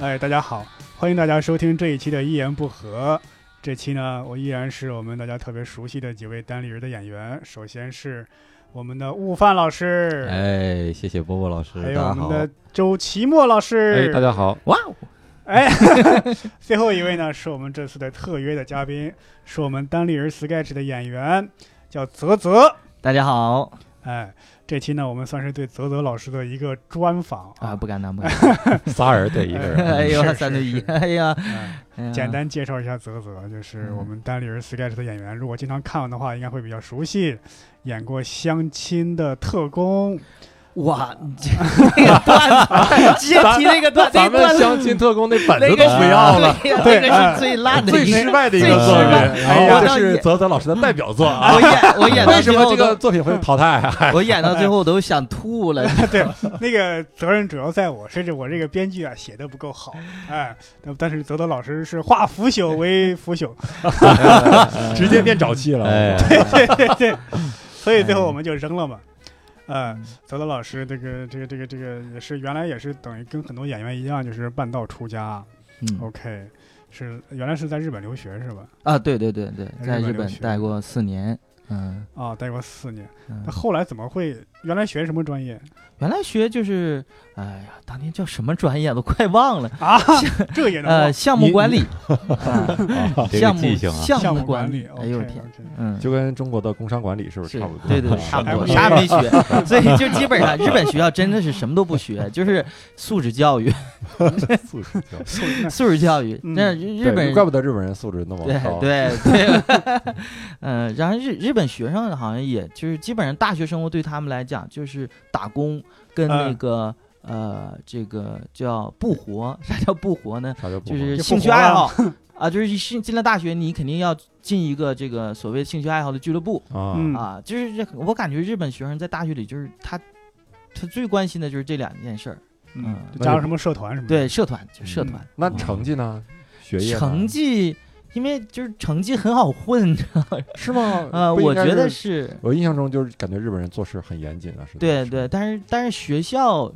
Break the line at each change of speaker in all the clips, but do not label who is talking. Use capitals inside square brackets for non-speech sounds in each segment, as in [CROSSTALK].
哎，大家好，欢迎大家收听这一期的《一言不合》。这期呢，我依然是我们大家特别熟悉的几位单立人的演员，首先是我们的悟饭老师，
哎，谢谢波波老师，
还
大
有我
家
们
好。
的周奇墨老师，
大家好，
哇哦，
哎， [LAUGHS] 最后一位呢，是我们这次的特约的嘉宾，是我们单立人 sketch 的演员，叫泽泽。
大家好
哎，这期呢，我们算是对泽泽老师的一个专访
啊，不敢当，不敢
仨人对一个
当。 [LAUGHS] 哎
人，
呦
是，
三
是
对一，
是
哎呀，
哎
哎呀
简单介绍一下泽泽，就是我们单立人 sketch 的演员。如果经常看的话，应该会比较熟悉，演过《相亲的特工》。 [LAUGHS]
哇，你这那个段子，直接提那个段，那
[LAUGHS] 咱
个
们
段子
相亲特工那本
那
子
个
都不要了，
对呀
对
那个是最烂的
最
一个，
失败的一个
最
作
失败
品，
哎
然
呀
后这是泽泽老师的代表作啊。
我演我演
[LAUGHS]
到
为什
最
么
后
这个
都，
作品会淘汰啊？
我演到最后都想吐了。
对，那个责任主要在我，甚至我这个编剧啊写的不够好，哎，但但是泽泽老师是化腐朽为腐朽，
直接变沼气了。
哎，
对对对，所以最后我们就扔了嘛。呃，泽泽老师，这个这个这个这个也是原来也是等于跟很多演员一样，就是半道出家。
嗯
OK，是原来是在日本留学是吧？
啊，对对对对，在
日本留
日本
学
待过四年，嗯
啊，待过四年。
嗯
那，后来怎么会？原来学什么专业
原来学就是，哎呀，当年叫什么专业都快忘了， [LAUGHS]
啊？这个也能 [LAUGHS]
呃，
忘？
项目管理，啊
[LAUGHS]
这个
项目
记性啊，
项
项
目
目管
理。
哎呦我天，嗯，
就跟中国的工商管理是不是
是
差不多？
对
[LAUGHS]
对，差不
哎我
多，
也
啥也没学， [LAUGHS] 所以就基本上日本学校真的是什么都不学，就是素质教育，
素质教育
[LAUGHS]
OK，
素质教育。
嗯
那日
对
本
怪不得日啊本人素质那么
对
高。
对对，嗯，然后日日本学生好像也就是基本上大学生活对他们来讲就是打工跟那
嗯
个呃这个叫不活，啥叫不活呢？
啥叫不
就
好
是
就
兴
不
趣
活
爱
了
好 [LAUGHS] 啊，就是进进了大学，你肯定要进一个这个所谓兴趣爱好的俱乐部。
啊？
嗯
啊，就是这，我感觉日本学生在大学里，就是他，他最关心的就是这两件事儿，
嗯
嗯，
就加入什么社团什么的？
对，社团就社团，
嗯
嗯
那成绩呢？学业呢
成绩，因为就是成绩很好混，
是吗？
呃，
不应
我
该
觉得
是
是，
我印象中就是感觉日本人做事很严谨啊，是
对对，，但是但是学校，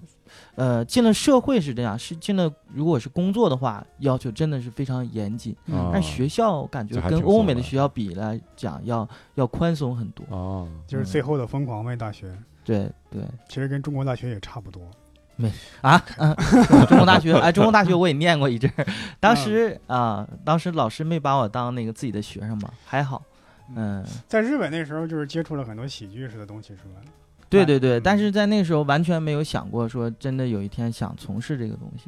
呃，进了社会是这样，是进了如果是工作的话，要求真的是非常严谨，
嗯
啊
但学校感觉
这还
跟
挺
欧
松
美的
的
学校比来讲要要宽松很多，
哦，
嗯
就是最后的疯狂呗，大学
对对。
其实跟中国大学也差不多。
啊，嗯、中国大学，哎，中国大学我也念过一阵儿，当时
嗯
啊、当时老师没把我当那个自己的学生嘛，还好，嗯，
在日本那时候，就是接触了很多喜剧式的东西，是吧？
对对对，
嗯
但是在那个时候完全没有想过说真的有一天想从事这个东西，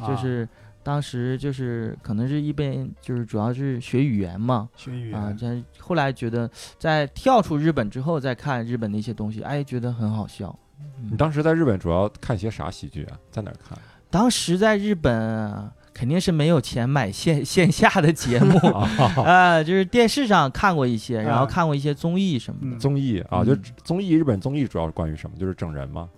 啊
就是当时就是可能是一边就是主要是学语言嘛，
学语
啊，
言，
这后来觉得在跳出日本之后再看日本的一些东西，哎，觉得很好笑。
你当时在日本主要看些啥喜剧啊？在哪儿看？，
当时在日本肯定是没有钱买线线下的节目
[LAUGHS] 啊，
啊，就是电视上看过一
嗯
些，然
啊
后看过一些综艺什么的。
嗯，
综艺啊，就
嗯
综艺，日本综艺主要是关于什么？就是整人吗？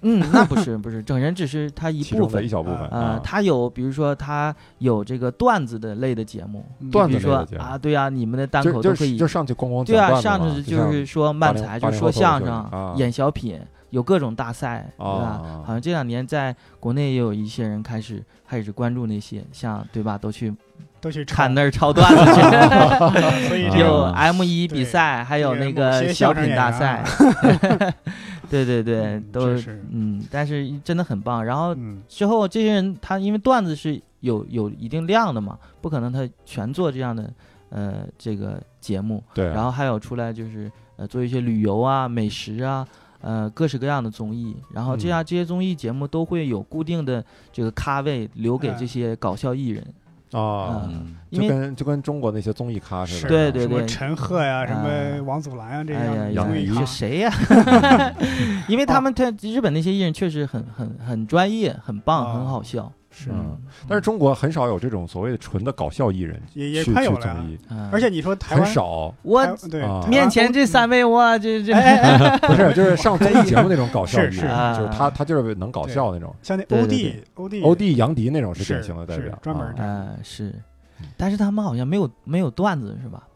嗯，那不是不是，整人只是他一
其
部
中的一
分。
小部分啊
呃，他有，比如说他有这个段子的类的节目，
嗯
段
比
子
如
类
说
的节目
啊，对啊，你们的单
就
口都
就
可以
就，上去咣咣
对
讲
啊，
段子
上
嘛
去
像
就是说漫
零
才，
八
就
零
说
后脱口
相
秀
声
啊、
演小品，有各种大赛，对吧
啊？
好像这两年在国内也有一些人开始开始关注那些，像对吧？都去
都去
看
的，
那儿抄段子去。
[LAUGHS] 所
[LAUGHS]
以这
有
个
啊
M 一
对
比赛，还有
这个
那
某些
个
相
小
声
品
演
大
员啊
赛， [LAUGHS] 对对对
嗯，
都
真是
嗯，但是真的很棒。然后
嗯
之后这些人他因为段子是有有一定量的嘛，不可能他全做这样的呃这个节目，
对啊，
然后还有出来就是呃做一些旅游啊、美食啊。呃，各式各样的综艺，然后
嗯
这样这些综艺节目都会有固定的这个咖位留给
哎
这些搞笑艺人，
哦
啊，
嗯，
因
就
为
跟就跟中国那些综艺咖似的，
对对
什么
对
陈赫呀，什
啊
么王祖蓝啊，这
哎
样
呀
的哦
呀，
综艺
是
咖
谁
[LAUGHS]
呀、因为他们他日本那些艺人确实很很很专业，很棒，
啊
很好笑。
是
嗯，但是中国很少有这种所谓的纯的搞笑艺人
也也
去去
快有了呀
综，艺，
嗯
而且你说台
很
湾
少，
台
我
对
啊
台湾
面前这三位，我这这，
哎哎哎，
不是
[LAUGHS]
就是上综
[LAUGHS]
艺节目那种搞笑艺
是
是
人，就是他他就是能搞笑那种。
像那
对
欧
对
弟欧弟
欧弟、杨迪那种是
是
典型的代
是
表，
哎
专门
啊
的
呃是，但是他们好像没有没有段子是吧？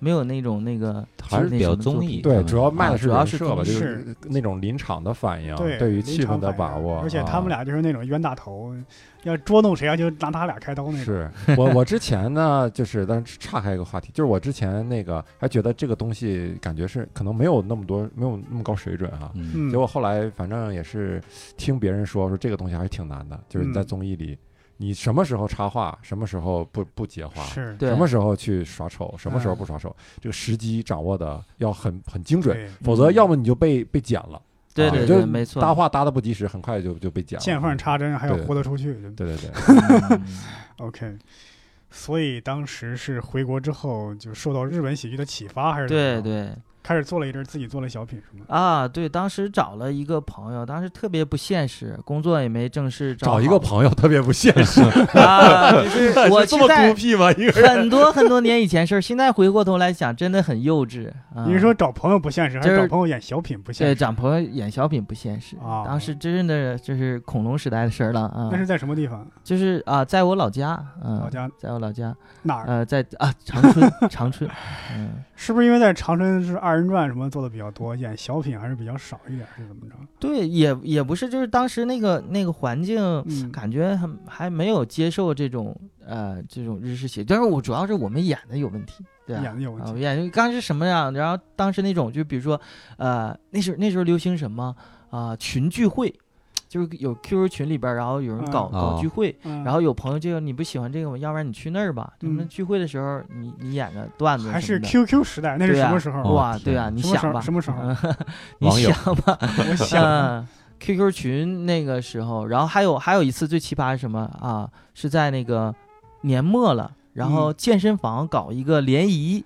没有那种那个
还是
那
比较
什么作
综
品
艺
对，
嗯
主要卖的
啊
是
主要
人
是
设吧，
综
就
艺
是那种临场的反应，
对
啊于
临
气氛
场
的
反
把
应
握。
而且他
啊
们俩就是那种冤大头，要捉弄谁啊，就拿他俩开刀那种。
是我我之前呢，就是但是岔开一个话题，就是我之前那个还觉得这个东西感觉是可能没有那么多没有那么高水准啊。
嗯，
嗯 [LAUGHS]
结，果后来反正也是听别人说说这个东西还是挺难的，就是你在
嗯
综艺里，你什么时候插话，什么时候不不接话，
是，
对
什么时候去耍丑，什么时候
嗯
不耍丑，这个时机掌握的要很很精准，
对，
否则
嗯
要么你就被被剪了，
对
啊
对
就
对，没错。
搭话搭的不及时，很快就就被剪了。
见缝插针还要
对
豁得出去。对
对对对，
[LAUGHS]
[LAUGHS]
嗯
OK，所以当时是回国之后就受到日本喜剧的启发，还是怎么
对
着，
对
开始做了一阵儿自己做了小品什么的。
啊，对，当时找了一个朋友，当时特别不现实，工作也没正式
找一
好
个朋友特别不现实，
啊，就是
[LAUGHS]
我现在
僻吗？一个
很多很多年以前事儿，现在回过头来想，真的很幼稚。啊、
你是说找朋友不现实，还
就是是
找朋友演小品不
对
现实？
长朋友演小品不现实？
啊
当时真的就是恐龙时代的事儿了啊
那！是在什么地方？
就是啊，在我老家，嗯、
老家
在我老家，
哪儿？
呃，在啊长春， [LAUGHS] 长春，嗯，
是不是因为在长春是二人转什么做的比较多，演小品还是比较少一点，是怎么着？
对，也也不是，就是当时那个那个环境。
嗯，
感觉还还没有接受这种呃这种日式写，但是我主要是我们演的有问题，对
嗯
吧、
演的有问
啊，
题。
我演刚是什么样？然后当时那种，就比如说，呃，那时候那时候流行什么啊、群聚会，就是有 QQ 群里边儿，然后有人搞、
嗯
搞
哦
聚会，
嗯
然后有朋友就说你不喜欢这个吗？要不然你去那儿吧。他们
嗯
聚会的时候，你你演个段子
还是
什么的
QQ 时代，那是
对
什
啊
么时候？
哦
哇，对啊，
天
你
什么时
想
候？
吧，
什么时候？
[LAUGHS] 你
网友
想吧，
我想，
[LAUGHS] 嗯。QQ 群那个时候，然后还有还有一次最奇葩是什么啊？是在那个年末了，然后健身房搞一个联谊，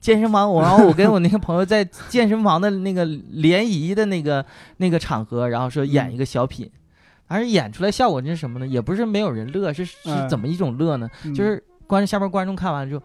健身房我然后我跟我那个朋友在健身房的那个联谊的那个那个场合，然后说演一个小品，而演出来效果是什么呢？也不是没有人乐，是是
嗯
怎么一种乐呢？
嗯
就是观众下边观众看完了之后。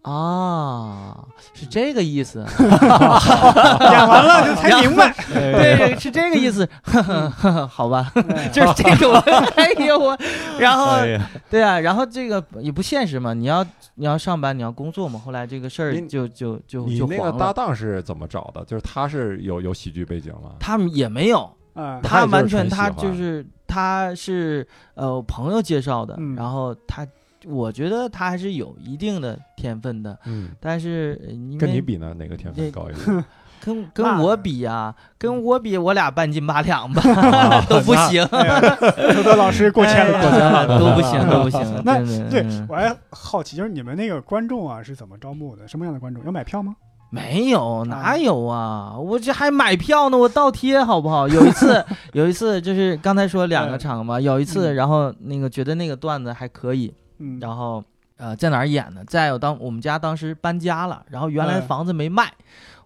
啊，是这个意思，
[LAUGHS] 演完了就才明
[LAUGHS]
白。
[LAUGHS]
哎
对，是这个意思， [LAUGHS] 呵呵呵呵好吧，
哎 [LAUGHS]
[LAUGHS] 就是这种，
[LAUGHS]
哎呦我，然后
哎呀，
对啊，然后这个也不现实嘛，你要你要上班，你要工作嘛，后来这个事儿
你
就就就
你
就
那个
黄
搭
了，
档是怎么找的？就是他是有有喜剧背景吗？
他们也没有，
嗯
他也
他
就是
完全
纯喜
他
欢
就是他是呃朋友介绍的，
嗯
然后他我觉得他还是有一定的天分的，
嗯，
但是呃因
跟
为
你比呢，哪个天分
那
高一点？
跟
那
跟我比呀、跟我比，我俩半斤八两吧，
啊
[LAUGHS] 都不行，
哎呀，德德老师过谦
[LAUGHS]
了，
哎呀
[LAUGHS]
都不行，都不行，
那
真
[LAUGHS]
的
对
嗯，
我还好奇，就是你们那个观众啊是怎么招募的？什么样的观众？要买票吗？
没有，哪有啊？我这还买票呢，我倒贴好不好？有
[LAUGHS]
一次，有一次就是刚才说两个场嘛，有一次，
嗯
然后那个觉得那个段子还可以，
嗯，
然后呃在哪儿演的？在我当我们家当时搬家了，然后原来
嗯
房子没卖，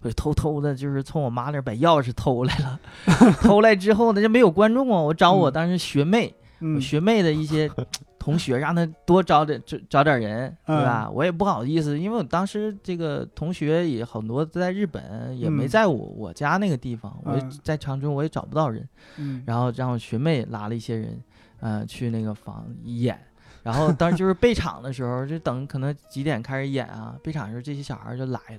我就偷偷的就是从我妈那儿把钥匙偷来了， [LAUGHS] 偷来之后呢，这没有观众啊，我找我
嗯
当时学妹，
嗯
我学妹的一些同学，让她多找点找找点人，对吧？
嗯
我也不好意思，因为我当时这个同学也很多在日本，也没
嗯
在我、我家那个地方，我
嗯
在长春我也找不到人，
嗯
然后让我学妹拉了一些人，呃，去那个房演。然后当时就是备场的时候，就等可能几点开始演啊？备场的时候，这些小孩儿就来了，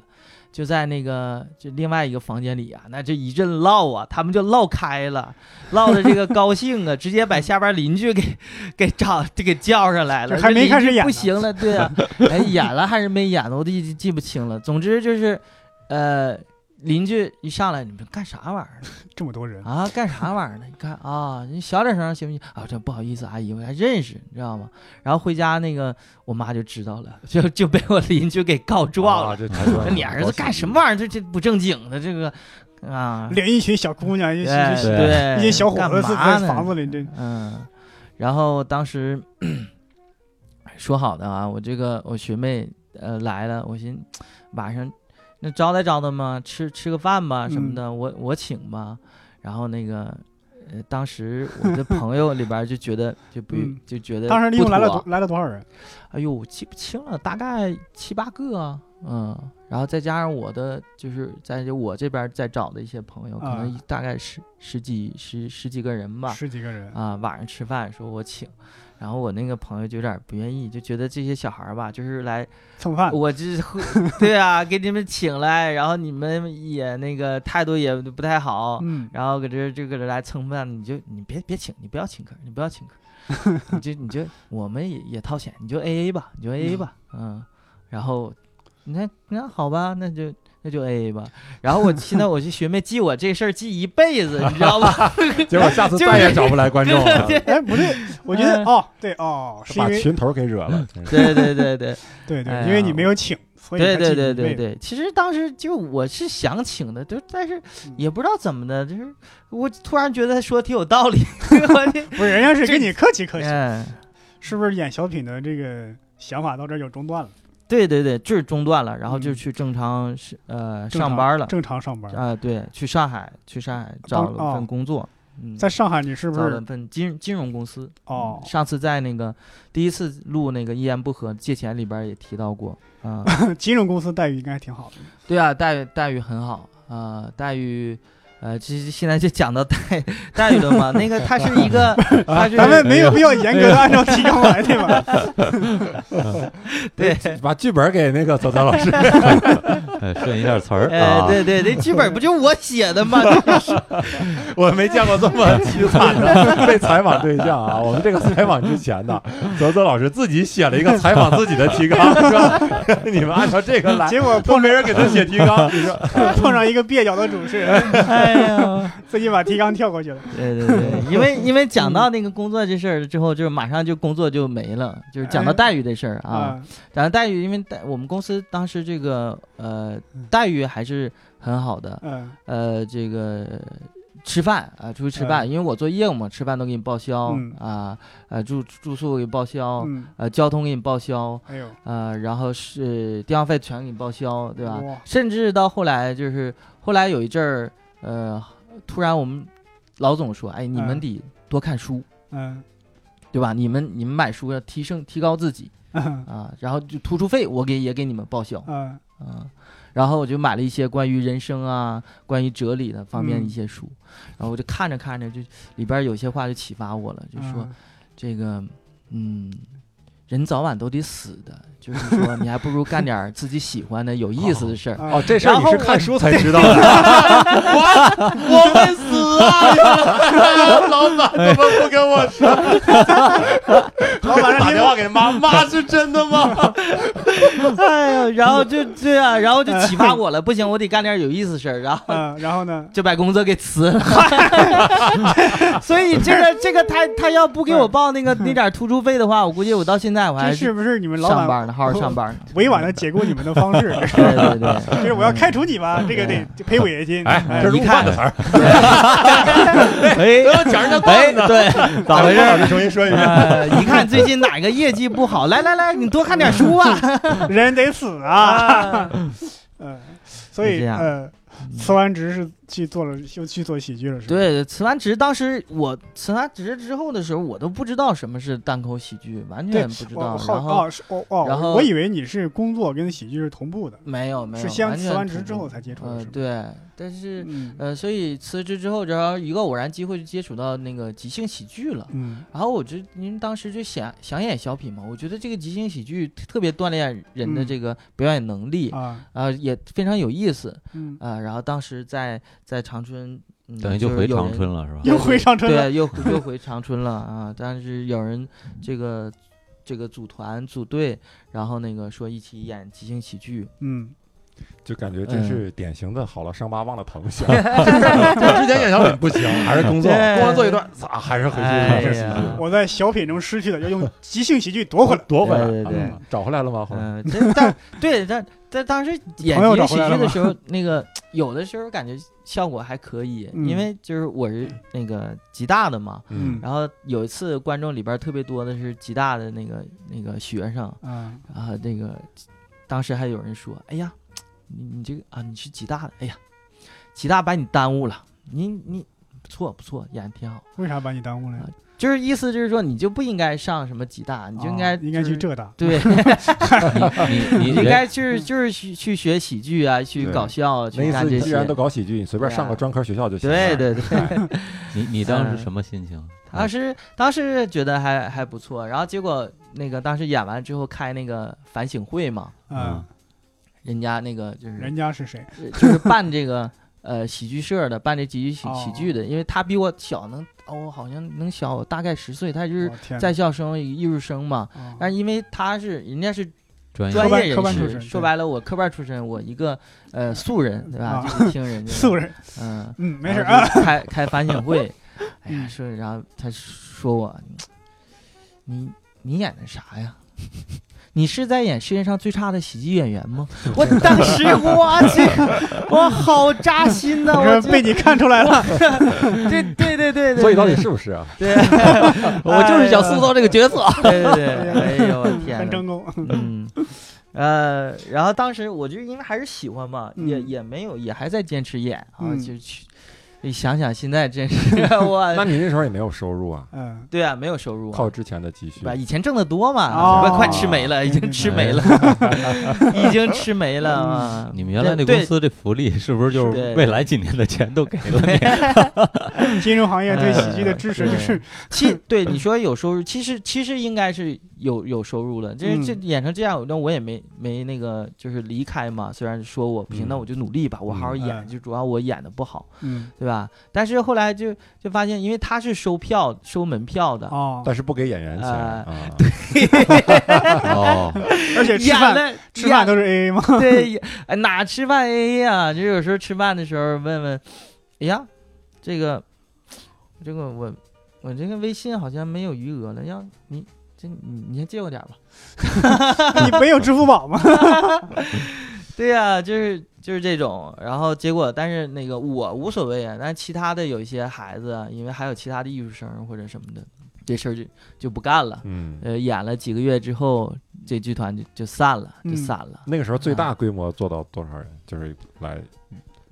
就在那个就另外一个房间里啊，那这一阵唠啊，他们就唠开了，唠的这个高兴啊，直接把下边邻居给给找给叫上来了，
这还没开始演呢
这邻居不
[LAUGHS]
行了，对啊，哎，演了还是没演呢，我都已经记不清了。总之就是，呃，邻居一上来，你们干啥玩意儿呢？
这么多人，
啊，干啥玩意儿呢？你看啊，你小点声行不行？啊，这不好意思，阿姨，我还认识，你知道吗？然后回家那个我妈就知道了， [LAUGHS] 就就被我邻居给告状
啊
了。
这才
[LAUGHS]
算
说你儿子干什么玩意儿？这这不正经的，这个啊，
领一群小姑娘，一
对
群一群
对，
一群小伙
干
子自己
嘛
在
呢
房子里，这
嗯，然后当时 [COUGHS] 说好的啊，我这个我学妹呃来了，我寻思晚上那招待招待嘛，吃吃个饭
嗯
吧什么的，我我请吧。然后那个呃，当时我的朋友里边儿就觉
[LAUGHS]
得就不、
嗯
就觉得
当时一
不
共来了
妥
多来了多少人？
哎呦，我记不清了，大概七八个啊，嗯，然后再加上我的，就是在这我这边儿再找的一些朋友，可能
啊
大概十、十几十十几个人吧，
十几个人。
啊，晚上吃饭说我请，然后我那个朋友就有点不愿意，就觉得这些小孩儿吧，就是来
蹭饭，
我这喝， [LAUGHS] 对啊，给你们请来，然后你们也那个态度也不太好，
嗯，
然后搁这就搁这来蹭饭，你就你别别请，你不要请客，你不要请客，你就你就我们也也掏钱，你就 A A 吧，你就 A A 吧，嗯，然后你看那好吧，那就。那就 A A 吧，然后我现在我这学妹记我这事儿记一辈子，你知道 [LAUGHS] 吧？
结果下次
就是
再也找不来观众了，
哎，不对，我觉得
嗯
哦，对哦，是因
把
为
群头给惹了。真是
对对对对，
对对
哎，呀
因为你没有请，所以
对
才记
对
你一
对
辈
对
子
对，其实当时就我是想请的，就但是
嗯
也不知道怎么的，就是我突然觉得他说得挺有道理， [LAUGHS] 我
[LAUGHS]
这
不是人家是跟你客气客气，
嗯，
是不是演小品的这个想法到这儿就中断了？
对对对，就是中断了，然后就
嗯
去正常是呃
正常
上班了
正常上班，
啊，对，去上海去上海找了
哦
份工作，嗯，
在上海你是不
找了
是
份金金融公司。
哦
嗯？上次在那个第一次录那个一言不合借钱里边也提到过啊，
[LAUGHS] 金融公司待遇应该挺好的，
对啊，待遇待遇很好啊、呃待遇。呃，这这现在就讲到待待遇了嘛，那个它是
[LAUGHS]
一个，它是
咱们没有必要严格的按照提纲来，对
[LAUGHS]
吧？
对，
把剧本给那个泽泽老师，
哎，顺一下词儿
呃，
啊，
对对，那剧本不就我写的吗？ [LAUGHS]
我没见过这么凄惨的被采访对象啊！我们这个采访之前呢，泽泽老师自己写了一个采访自己的提纲，说你们按照这个来，
结果
都没人给他写提纲，你
[LAUGHS]
说
碰上一个蹩脚的主持人， [LAUGHS]
哎呀，
自己把提纲跳过去了。
对对对，因为因为讲到那个工作这事儿之后，就是马上就工作就没了，就是讲到待遇这事儿啊，
啊，
讲到待遇，因为待我们公司当时这个呃待遇还是很好的，
嗯
呃，这个吃饭啊、出去吃饭，因为我做业务嘛，吃饭都给你报销
嗯
啊、呃，住住宿给你报销，
嗯，
呃，交通给你报销，
哎呦，
呃，然后是电话费全给你报销，对吧
哇？
甚至到后来就是后来有一阵儿，呃，突然我们老总说，哎，你们
嗯
得多看书，
嗯
对吧？你们你们买书要提升提高自己
嗯
啊、然后就图书费我给也给你们报销。
嗯
啊，然后我就买了一些关于人生啊、关于哲理的方面的一
嗯
些书，然后我就看着看着就里边儿有些话就启发我了， [LAUGHS] 就说、
嗯
这个，嗯，人早晚都得死的，就是说你还不如干点儿自己喜欢的、有意思的事儿。
哦
啊，
这事儿你是看书才知道的，
我会死啊！
老板怎么不跟我说？
老板让
打
你
电话给妈，妈是真的吗？
[LAUGHS] 哎呦，然后就对啊，然后就启 [LAUGHS] 发我了，不行，我得干点儿有意思的事儿，然后
嗯，然后呢？
就把工作给辞了。 [LAUGHS] 所以这个这个他他要不给我报那个那点儿突出费的话，我估计我到现在我还
这是不是你们老
上
板
班呢，好好上
[LAUGHS]
班呢。
委婉的解雇你们的方式？
[LAUGHS] 对
[LAUGHS]
对对，
就是我要开除你吧，这个得得赔违约金。
哎，这是
你
悟饭
看
的词儿，
哎，
讲人家
哎，
段子，
对，咋回事
老
儿？
师重新说一遍。
呃，一看最近哪个业绩不好，来来来，你多看点书啊！
人得死 [LAUGHS] 啊！嗯，所以
是这样嗯
呃，辞完职是去做了，又去做喜剧了，是吧？，
对，辞完职，当时我辞完职之后的时候，我都不知道什么是单口喜剧，完全不知
我
道。
我好
然后
哦是哦哦，
然后
我以为你是工作跟喜剧是同步的，
没有没有，
是先
完全
辞完职
同步
之后才接触的，
呃
是，吗？
对，但是
嗯
呃，所以辞职之后，然后一个偶然机会就接触到那个即兴喜剧了。
嗯
然后我就因为当时就想想演小品嘛，我觉得这个即兴喜剧特别锻炼人的
嗯
这个表演能力啊、
啊
也非常有意思
嗯，
啊、然后当时在在长春，嗯、
等于就
就是
回
有
长
人
春了是吧？
又回长春了，
对，又又回长春了啊！但是有人这个这个组团组队，然后那个说一起演即兴喜剧，
嗯，
就感觉这是典型的好了伤疤忘了疼 [LAUGHS] 型。之前演小品不行， [LAUGHS] 还是工作，
对
工完做一段，咋还是回
哎
去
呀
我在小品中失去的，要用即兴喜剧夺
[LAUGHS]
回来。
夺回来，
对对对
啊找回来了吗？后来
嗯，这但对，但但当时演
朋友
这
找回
个喜
来了
剧的
吗
时候，那个有的时候感觉效果还可以，
嗯
因为就是我是那个吉大的嘛，
嗯
然后有一次观众里边儿特别多的是吉大的那个那个学生
啊，
啊，那个当时还有人说，哎呀，你你这个啊你是吉大的，哎呀，吉大把你耽误了，你你不错不错，演的挺好。
为啥把你耽误了呀？
就是意思就是说，你就不应该上什么吉大，呃你就应该、
啊应该去。浙大， [LAUGHS]
对，
你你
你应该就是就是去去学喜剧啊，去
对
搞笑啊，
那
去
意
干
思
这
你既然啊
些
都。搞喜剧，你随便上个专科学校就行。
对对对， [LAUGHS]
你你当时什么心情？
当时当时觉得还还不错，然后结果那个当时演完之后开那个反省会嘛，
嗯，
人家那个就是
人家是谁？
[LAUGHS] 就是办这个呃喜剧社的，办这喜剧喜
哦
喜剧的，因为他比我小能哦，好像能小我大概十岁，他就是
我天哪，
在校生艺术生嘛，
哦
但是因为他是人家是
专
专
业
科班
业人
科班出
士，
身
说
对
白了我科班出身，我一个呃素人对吧
啊？
就是听人
[LAUGHS]
家
素人，
嗯。
嗯，没事
然
啊，
后就开开反省
[LAUGHS]
会，哎呀，
嗯
说然后他说我，你你演的啥呀？ [LAUGHS] 你是在演世界上最差的喜剧演员吗？我当
[LAUGHS]
时我去，我好扎心呐、 [LAUGHS] 我
啊我说被你看出来了，
对对对对对，
所以到底是不是 [LAUGHS] 啊？
对，
我就是想塑造这个角色。
对对对，哎呦 [LAUGHS] 我天
很
呐，
成功，
嗯，呃，然后当时我就因为还是喜欢嘛，也
嗯
也没有，也还在坚持演啊，
嗯
就去，一想想现在真是 [LAUGHS] 我
那你那时候也没有收入啊，
嗯，
对啊，没有收入、啊，
靠之前的积蓄 [LAUGHS]
对吧？以前挣的多嘛，
哦
快快吃没了，已经吃没了，已经吃没了啊。
你们原来那
对
公司这福利是不是就
对
是未来几年的钱都给了你？啊
[LAUGHS]
金融行业对喜剧的支
哎
持就是，
其对你说有收入，其实其实应该是有有收入了。这这
嗯
演成这样，那我也没没那个就是离开嘛。虽然说我不行，
嗯
那我就努力吧，我好好
嗯
演，
嗯
就主要我演的不好，
嗯，
对吧？但是后来就就发现，因为他是收票收门票的，
哦，
但是不给演员钱 [LAUGHS]
呃
啊。
哦，
而且吃
演
饭
了
吃饭
演
都是 AA 吗？ [LAUGHS]
[LAUGHS] 对，哎哪吃饭 AA 呀？就是有时候吃饭的时候问问，哎呀，这个，这个我我这个微信好像没有余额了，要你这你你先借我点吧。
你没有支付宝吗？
对呀、就是就是这种，然后结果但是那个我无所谓啊，但其他的有一些孩子啊，因为还有其他的艺术生或者什么的，这事儿就就不干了。
嗯，
呃，演了几个月之后，这剧团就就散了，就
嗯
散了。
那个时候最大规模做到多少人？就是来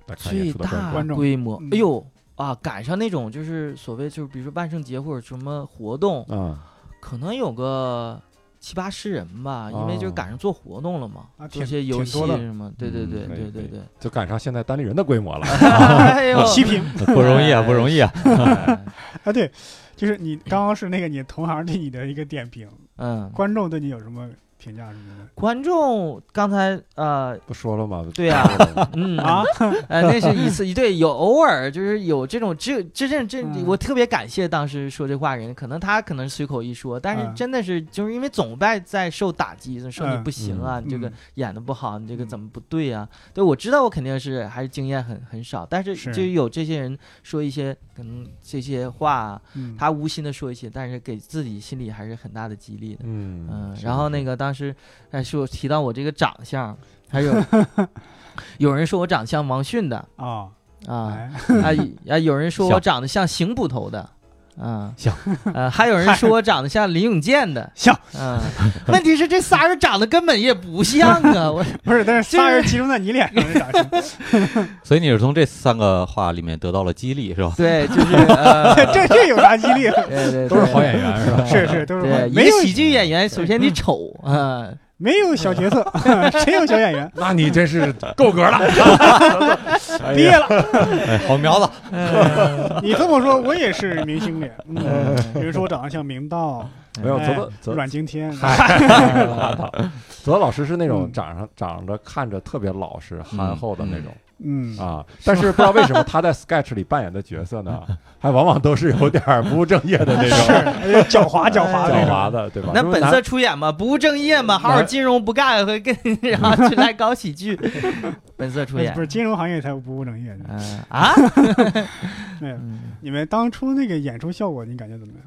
来看演
最
出的观
大
众
观众
规模
嗯，
哎呦啊，赶上那种就是所谓就是比如说万圣节或者什么活动，
啊，
可能有个七八十人吧，因为就
哦
是赶上做活动了嘛
啊，
做
挺
些游戏
挺多的
什么，对对
嗯
对
可以
对
可
对
以 [LAUGHS] 哦
对，
就赶上现在单立人的规模了。
哎呦， [LAUGHS]
批评
不容易啊，不容易啊！
啊，对，就是你刚刚是那个你同行对你的一个点评，
嗯，
观众对你有什么评价什么的？
观众刚才呃。
不说了吗？
对呀
啊，
[LAUGHS]
嗯
啊，
呃，那是一次一对有偶尔就是有这种，这这这这
嗯，
我特别感谢当时说这话人，可能他可能随口一说，但是
嗯
真的是就是因为总在在受打击，说你
嗯
不行啊，你这个
嗯
演的不好，你这个
嗯
怎么不对啊？对，我知道我肯定是还是经验很很少，但是
是
就有这些人说一些可能这些话啊，
嗯，
他无心的说一些，但是给自己心里还是很大的激励的。
[LAUGHS] 嗯
嗯，
是
然后那个当时哎说提到我这个长相，
[LAUGHS]
还有有人说我长相王迅的
啊，
啊
哎， [LAUGHS]
啊啊，有人说我
像
长得像邢捕头的。
[LAUGHS]
啊，
像
呃，还有人说我长得像林永健的，
像
嗯，问题是这仨人长得根本也不像
[LAUGHS]
啊，我
不是，但是
就
仨
是
人集中在你脸上是咋回事
所以你是从这三个话里面得到了激励，是
[LAUGHS]
吧？
对，就是
[LAUGHS]
呃，
[LAUGHS] 这这有啥激励？啊
[LAUGHS] 对对，
都是好
对
演员是吧？
是是，都是
对，
好
一
没有
个喜剧演员，首
嗯
先你丑啊，
没有小
[LAUGHS]
角色， [LAUGHS] 谁有小演员？
那你真是够格了，
毕业了，
哎， [LAUGHS] 好苗子，
你这么说，我也是明星脸。嗯，
嗯
有人说我长得像明道、
没有，
哎
泽泽
阮经天，
泽老师是那种
嗯泽
长上长着看着特别老
嗯
实憨厚的那种
嗯，
啊，但是不知道为什么他在 sketch 里扮演的角色呢，还往往都是有点儿不务正业的那
是
种
哎呀 [LAUGHS] 狡猾狡猾
狡
哎
那种。
猾的，对吧？
那
因为
本
男
色出演嘛，不务正业嘛，好好
男
金融不干，
[LAUGHS]
会跟然后去来搞喜剧，本色出
不是
演
不。是金融行业才不务正业呢。
嗯啊，
没有，
嗯
你们当初那个演出效果，你感觉怎么样？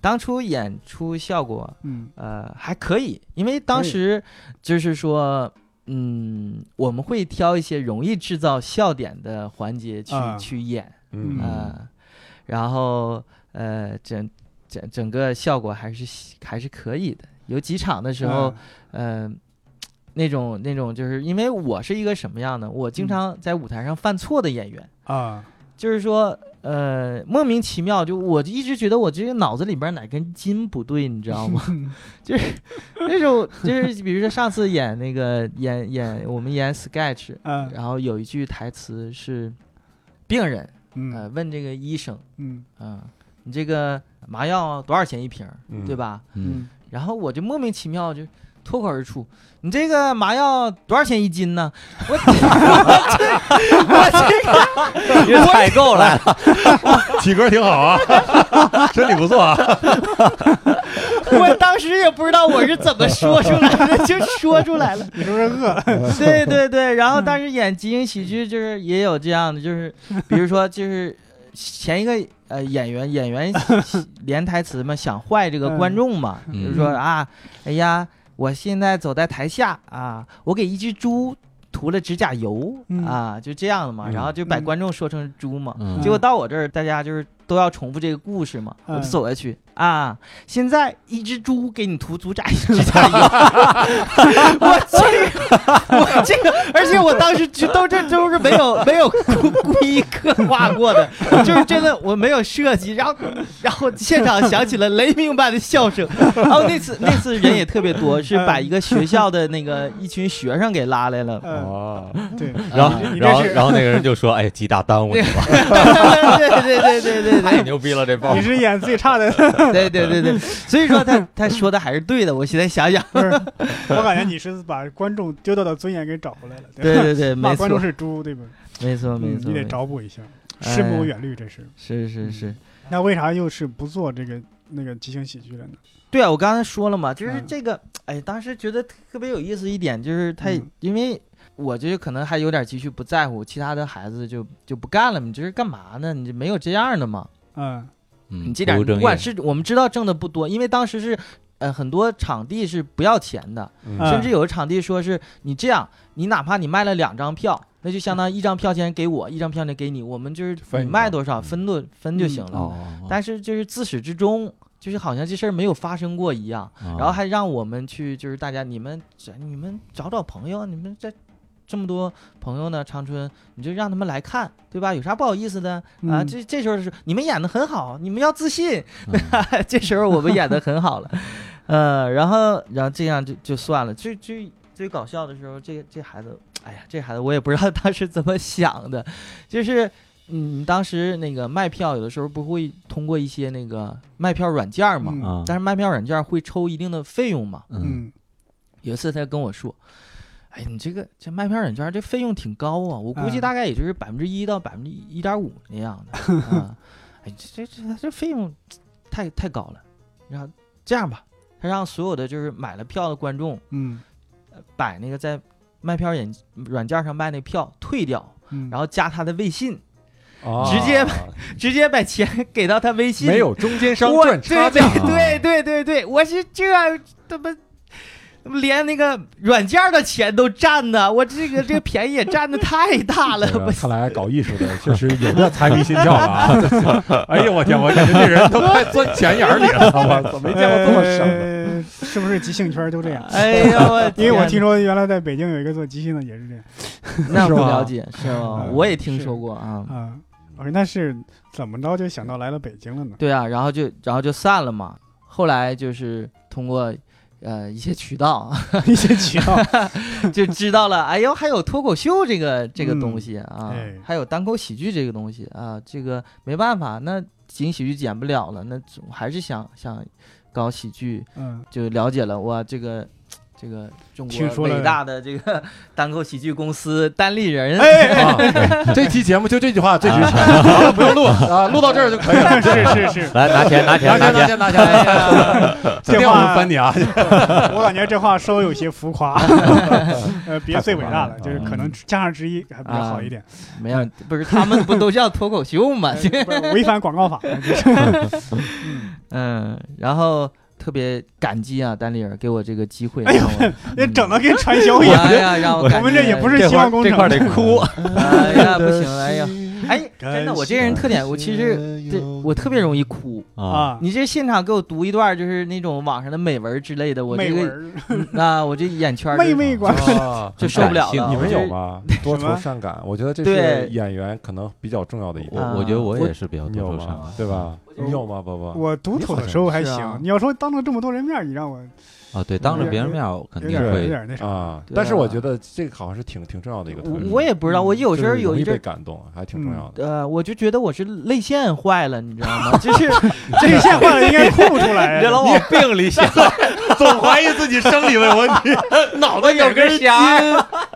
当初演出效果
嗯
呃还可以，因为当
可以
时就是说。嗯，我们会挑一些容易制造笑点的环节去、
啊
去演，
嗯
啊、然后呃，整整整个效果还是喜还是可以的。有几场的时
啊
候，嗯、呃，那种那种就是因为我是一个什么样的，我经
嗯
常在舞台上犯错的演员，
啊，
就是说。呃，莫名其妙，就我一直觉得我这个脑子里边哪根筋不对，你知道吗？就是那种，就是比如说上次演那个演演我们演 sketch，
嗯
然后有一句台词是，病人呃
嗯
问这个医生，
嗯
嗯，你这个麻药多少钱一瓶儿，
嗯
对吧？
嗯，
然后我就莫名其妙就脱口而出：“你这个麻药多少钱一斤呢？”我我这我这个
你采购来嗯
[LAUGHS]
了，
体格挺好啊， [LAUGHS] 身体不错啊，
[LAUGHS] 我当时也不知道我是怎么说出来
[LAUGHS]
的，就说出来了。
你是不是饿？
[LAUGHS] 对对对，然后当时演即兴喜剧就是也有这样的，就是比如说就是前一个呃演员演员连台词嘛，想坏这个观众嘛，
嗯
比如说啊，哎呀，我现在走在台下啊，我给一只猪涂了指甲油
嗯
啊，就这样的嘛，
嗯
然后就把
嗯
观众说成猪嘛，
嗯
结果到我这儿，大家就是都要重复这个故事嘛，
嗯
我就走下去啊。现在一只猪给你涂猪甲指甲油， [LAUGHS] 我这个，我这个，而且我当时就都这都是没有没有故故意刻画过的，就是真的我没有设计，然后然后现场响起了雷鸣般的笑声。然后那次那次人也特别多，是把一个学校的那个一群学生给拉来了。
嗯，
哦，
对，
然后
啊你这
然后
是
然后那个人就说：“哎，极大耽误你了，
[LAUGHS] 对对对对对对
太。牛逼了，这
哦
包
你是演最差的， [LAUGHS]
[LAUGHS] 对对对对，所以说他他说的还是对的。我现在想想，
不是？我感觉你是把观众丢掉的尊严给找回来了。
[LAUGHS] 对
吧，[LAUGHS]
对 [LAUGHS] 对，
骂
没错
观，众是猪，对吧？
没错，没
嗯，
错，
你得
没错
找补一下，
哎
深谋远虑，这是。
是是是，
那为啥又是不做这个那个即兴喜剧了呢？
对啊，我刚才说了嘛，就是
嗯
这个，哎，当时觉得特别有意思一点，就是他
嗯
因为。我就可能还有点积蓄不在乎，其他的孩子就就不干了。你这是干嘛呢？你这没有这样的嘛？
嗯
嗯
你这点
不
儿
务正
不管
业
是我们知道挣的不多，因为当时是，呃，很多场地是不要钱的，
嗯
甚至有的场地说是你这样，你哪怕你卖了两张票，那就相当于一张票钱给我，一张票钱给你，我们就是
分一
你
张
卖多少分多分就行了。
哦，
嗯但是就是自始至终，就是好像这事儿没有发生过一样，
啊
然后还让我们去就是大家你们你们找找朋友，你们这这么多朋友呢，长春你就让他们来看，对吧？有啥不好意思的啊？
嗯
这这时候是你们演的很好，你们要自信， [LAUGHS]
嗯
这时候我们演的很好了，呃，然后然后这样就就算了。最最最搞笑的时候，这这孩子，哎呀，这孩子我也不知道当时怎么想的，就是嗯，当时那个卖票有的时候不会通过一些那个卖票软件嘛，
嗯
啊，
但是卖票软件会抽一定的费用嘛。
嗯
嗯
有一次他跟我说。哎，你这个这卖票软件这费用挺高啊，我估计
嗯
大概也就是百分之一到百分之一点五那样的啊。哎，这这这这费用太太高了。然后这样吧，他让所有的就是买了票的观众
嗯
把那个在卖票软软件上卖那票退掉，
嗯，
然后加他的微信，
哦
直接直接把钱 [LAUGHS] 给到他微信。
没有中间商
我
赚差
对
价啊，
对对对对对，我是这他妈。连那个软件的钱都占呢，我这个这个便宜也占的太大了，
这个
我
看来搞艺术的确实有点财迷心窍了啊！ [LAUGHS] 哎呦我天，我感觉这人都快钻钱眼儿里了，我没见过这么省的。
呃是不是即兴圈都这样？
哎
[LAUGHS]
呀我
因为我
天
听说原来在北京有一个做即兴的也是这样
那
是
不
吧
了解是吗？
嗯
我也听
是
说过啊，
啊。我说那是怎么着就想到来了北京了
[LAUGHS]
呢？
[LAUGHS] 对啊，然后就然后就散了嘛。后来就是通过呃一些渠道
一些渠道，
[LAUGHS] 就知道了，哎呦，还有脱口秀这个这个
嗯
东西啊，
哎
还有单口喜剧这个东西啊，这个没办法，那即兴喜剧演不了了，那总还是想想搞喜剧，
嗯
就了解了哇，这个。这个中
听
国
说了
伟大的这个 [LAUGHS] 单口喜剧公司单立人，
哎
啊，这期节目就这句话最值钱， [LAUGHS] 好了不用录啊， [LAUGHS] 录到这儿就可以
[LAUGHS]
了。
哎是
[LAUGHS]
是是，
[LAUGHS] 来拿钱拿钱
拿钱拿
钱，
钱拿钱！今
这
天我
话
们翻你啊！
我感觉这话稍微有些浮夸，呃，别最伟大了，就是可能加上之一还比较好一点，
没有，不是他们不都叫脱口秀吗？
呃不是违反广告法。这是
[LAUGHS] 嗯，然后特别感激啊，丹立尔给我这个机会，让我 [LAUGHS] 嗯
那哎整的跟传销一样，
哎呀，让我感觉
我们这也不是
这
希
块
望
儿
工
这
程
块儿，得
[LAUGHS]
哭，
哎呀，不行，哎呀， [LAUGHS] 哎，真的，我这人特点，我其实这我特别容易哭。
啊，
你这现场给我读一段，就是那种网上的美文之类的，我
美
这个
文
[LAUGHS] 啊，我这眼圈儿
妹
就
妹管
[LAUGHS] 啊
就受不了了。
你
你
我
们
这
有？吗？多愁善感，我觉得这
对
是演员可能比较重要的一
我
点。
啊
我觉得我也是比较
你
多
啊
啊
有
愁善
吗
感？，
对吧？
嗯
你有吗，伯伯？
我独处的时候还
是啊
行，你要说当着这么多人面儿，你让我
啊，对，当着别人面儿我肯
有
定
点有
会
点那啥。
啊
对啊。
但是我觉得这个好像是挺挺重要的一个特
我
质，
我也不知道，我有时候
就是
有
容
一
易
阵
被感动，还挺重要的。
呃，我嗯就觉得我是泪腺坏了，你知道 [LAUGHS] 吗？就是
这一下换了应该哭出来。
别老往病里想，
[LAUGHS] 总怀疑自己生理问问
[LAUGHS]
题，脑袋有根筋，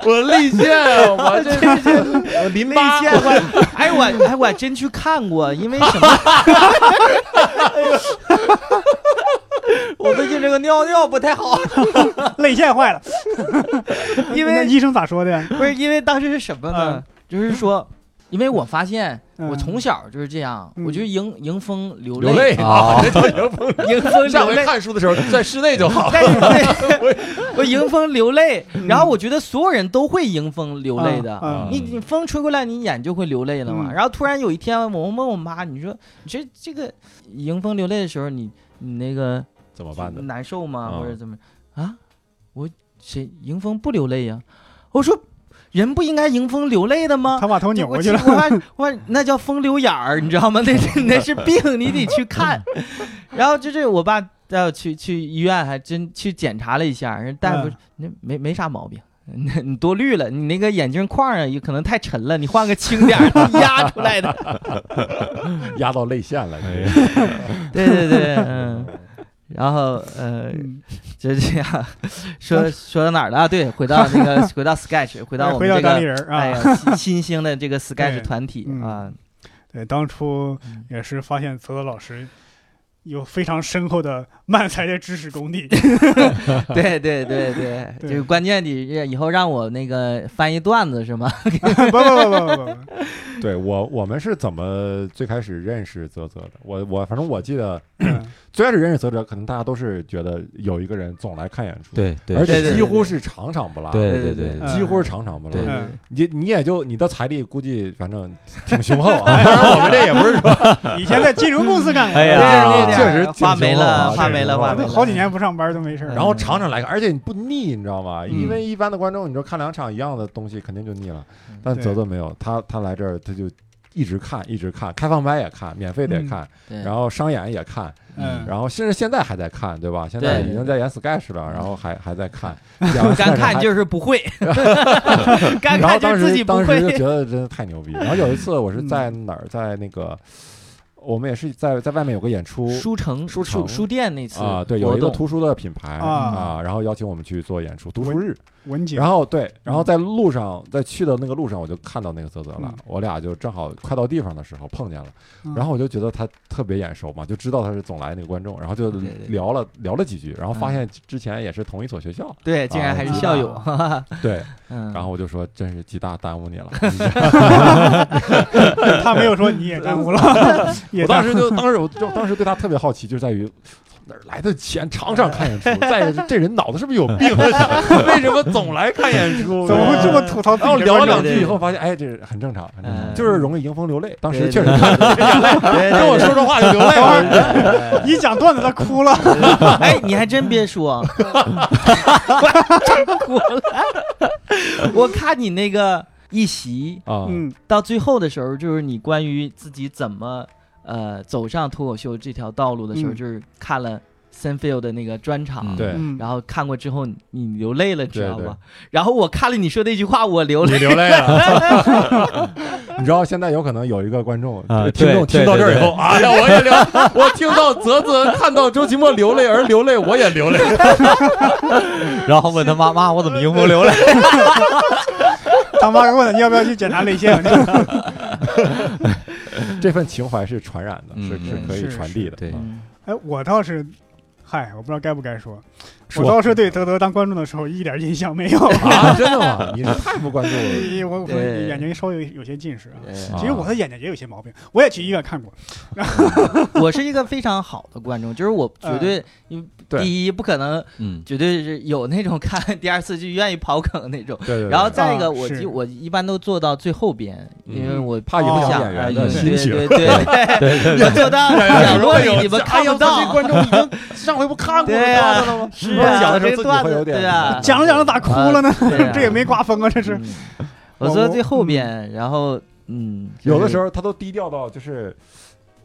我泪腺，我这我淋
泪腺坏，哎我哎我还真去看过，因为 [LAUGHS] 什么？我最近这个尿尿不太好，
泪腺
[LAUGHS]
坏了，那
因为
医生咋说的呀？ [LAUGHS]
不是因为当时是什么呢？就是说，因为我发现
嗯
我从小就是这样，
嗯
我就迎迎风流
流泪
啊
这叫
[LAUGHS]
[LAUGHS] 迎风
[LAUGHS] 迎风
下
流
回
泪。
看书的时候在室内就好。
[LAUGHS] 但是
[LAUGHS]
对我迎风流泪，
嗯
然后我觉得所有人都会迎风流泪的。
啊
你你风吹过来，你眼就会流泪了嘛。
嗯
然后突然有一天，我问我妈，你说你这这个迎风流泪的时候，你你那个
怎么办呢？
难受吗？
啊
或者怎么啊？我谁迎风不流泪呀、我说人不应该迎风流泪的吗？
啊他把头扭
我
过去了。
我还我还那叫风流眼儿，你知道吗？那是那是病，你得
[LAUGHS]
去看。然后就是我爸带我去去医院，还真去检查了一下，人大夫
嗯
那、没没啥毛病。你你多虑了，你那个眼镜框啊，也可能太沉了，你换个轻点儿的压出来的。 [LAUGHS]
压到泪腺了，
嗯
哎
对对对，嗯。 [LAUGHS] 然后呃，
嗯
就这样，说说到哪儿了啊？对，回到
[LAUGHS]
那个回到 Sketch，回到我
回
们
到
这
单立
个
人儿
哎
啊，
呀新新兴的
[LAUGHS]
这个 Sketch
对
团体
嗯
啊，
对，当初
嗯
也是发现泽泽老师有非常深厚的漫才的知识功底。 [LAUGHS]
啊
对对
[LAUGHS]
对对，
对
这个关键你以后让我那个翻译段子是吗？
不不不不不不，
对我我们是怎么最开始认识泽泽的？我我反正我记得
嗯
最开始认识泽泽，可能大家都是觉得有一个人总来看演出，，
对对，
[LAUGHS] 而
对
且
对
几乎是场场不落，
对
对
对
对
对
对
几乎是场场不落
对。
嗯
你你也就你的财力估计反正挺雄厚啊， [LAUGHS] 当然我们这也不是 [LAUGHS] 说
以前在金融公司干过，
哎呀
对对对
确实挺
话没
雄厚啊
了，话没了，
挺雄厚
话
啊
没
都
了。
好几年不上班都没事儿。
然后场场来看，而且你不腻，你知道吗？
嗯
因为一般的观众，你说看两场一样的东西，肯定就腻了
嗯。
但
对
泽泽没有，他他来这儿他就一直看，一直看，开放麦也看，免费的也看，
对，
然后商演也看，
嗯，
然后甚至现在还在看，对吧？现在
对
已经在演 sketch 了，然后还还在看，
干看
是。
[LAUGHS] 就是不会，
[LAUGHS]
干
然后
看就
当
是自己
时
不
当时就觉
会。
得真的太
[LAUGHS]
牛逼。然后有一次我是在哪儿，在那个我们也是在在外面有个演出，
嗯书城
书
书
城
书店那次
啊，对，有一个
活动
图书的品牌
啊
啊，然后邀请我们去做演出，读书日。
文景
然后对，然后在路上，在去的那个路上，我就看到那个泽泽了
嗯。
我俩就正好快到地方的时候碰见了
嗯，
然后我就觉得他特别眼熟嘛，就知道他是总来那个观众，然后就
对对
聊了聊了几句，然后发现之前也是同一所学校，
对，竟然还是校友，哈哈
对，
嗯，
啊然后我就说真是鸡大耽误你了。
[LAUGHS] 他没有说你也耽误了，也
我当
耽误
时就当时我就当时对他特别好奇，就在于哪儿来的钱常常看演出，再这人脑子是不是有病？ [LAUGHS] 为什么总来看演出？
怎么会这么吐槽自
然后
己的
聊
观
了
众？
两句以后，发现哎，这是很正常，很正常
嗯
就是容易迎风流泪。当时
对
确实
对
看着眼泪，
对
跟我，说说话就流泪了。 [LAUGHS]
一讲段子他哭了，
对对对哎，你还真别说，
[LAUGHS]
[LAUGHS] 我我看你那个一席，
啊，
嗯，
到最后的时候，就是你关于自己怎么呃走上脱口秀这条道路的时候，
嗯
就是看了 Senfield 的那个专场，
嗯
对，
嗯
然后看过之后你你流泪了，知道
对对
吧？然后我看了你说那句话，我流泪。
流泪啊了。你知道现在有可能有一个观众、
啊
这个听
对
众听
对
到这儿以
对
后，哎呀，我也流，我听到泽泽看到周奇墨流泪而流泪，我也流泪。
[LAUGHS]
[LAUGHS]
然后问他妈妈，我怎么迎风流
[LAUGHS]
泪？
他妈问你要不要去检查泪腺， [LAUGHS]
这份情怀是传染的，
嗯
是是
嗯
可以
是
传递的。
是对
嗯
嗯
哎，我倒是，嗨，我不知道该不该说，我
说
倒是对德德当观众的时候一点印象没有，
啊，真的吗？你是太不关
[LAUGHS]
注我了。
[LAUGHS] 我我
对
眼睛稍微有些近视啊。
呃
啊
其实我的眼睛也有些毛病，我也去医院看过。
呃我是一个非常好的观众，就是我绝对，因为
嗯对
第一不可能，
嗯，
绝对是有那种看第二次就愿意刨坑那种。
对对对，
然后再一个，
啊
我
是
就我一般都坐到最后边，
嗯
因为我
怕影
不
响
想
演
啊
员的
对
心
对
情。
对对对，我坐到角落里，你们看不到。
观众已经上回不看
对呀、是啊，
讲的时候
这
自己
段
会
子
有点
对啊，
讲着讲着咋哭了呢？
对啊
[LAUGHS] 这也没刮风啊，这是。
嗯我坐最后边，然后嗯，
有的时
候
候他都低调到就是。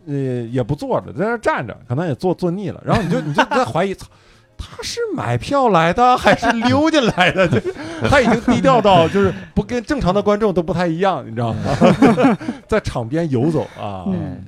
呃，也不坐着，在那儿站着，可能也坐坐腻了，然后你就你就在怀疑，操 [LAUGHS] 他是买票来的还是溜进来的？ [LAUGHS] 就是他已经低调到就是不跟正常的观众都不太一样，你知道吗？ [LAUGHS] 在场边游走啊，
嗯，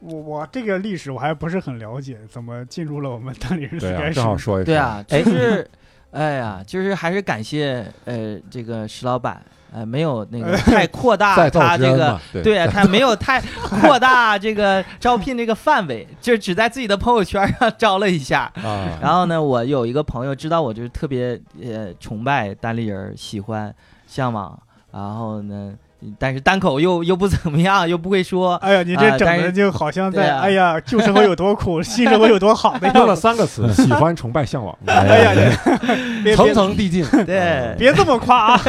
我我这个历史我还不是很了解，怎么进入了我们大理人实
对啊，
验室
正？好说一说，
对，啊，
哎
就是，哎呀，就是还是感谢呃这个石老板，呃没有那个太扩大
再造
他
之
这
恩
个。
嘛，对
对啊他没有太扩大这个招聘这个范围，就只在自己的朋友圈上招了一下。
啊，
然后呢，我有一个朋友知道我就是特别呃崇拜单立人儿，喜欢向往，然后呢，但是单口又又不怎么样，又不会说，
哎呀，你
啊
这整
但
的
是
就好像
对
在
啊
哎呀，旧生活有多苦，新生活有多好的
用
样
了
子。
三个词：喜欢、崇拜、向往，
哎呀，你别
层
别
层递进。 [LAUGHS]
对，
别这么
[LAUGHS]
夸啊！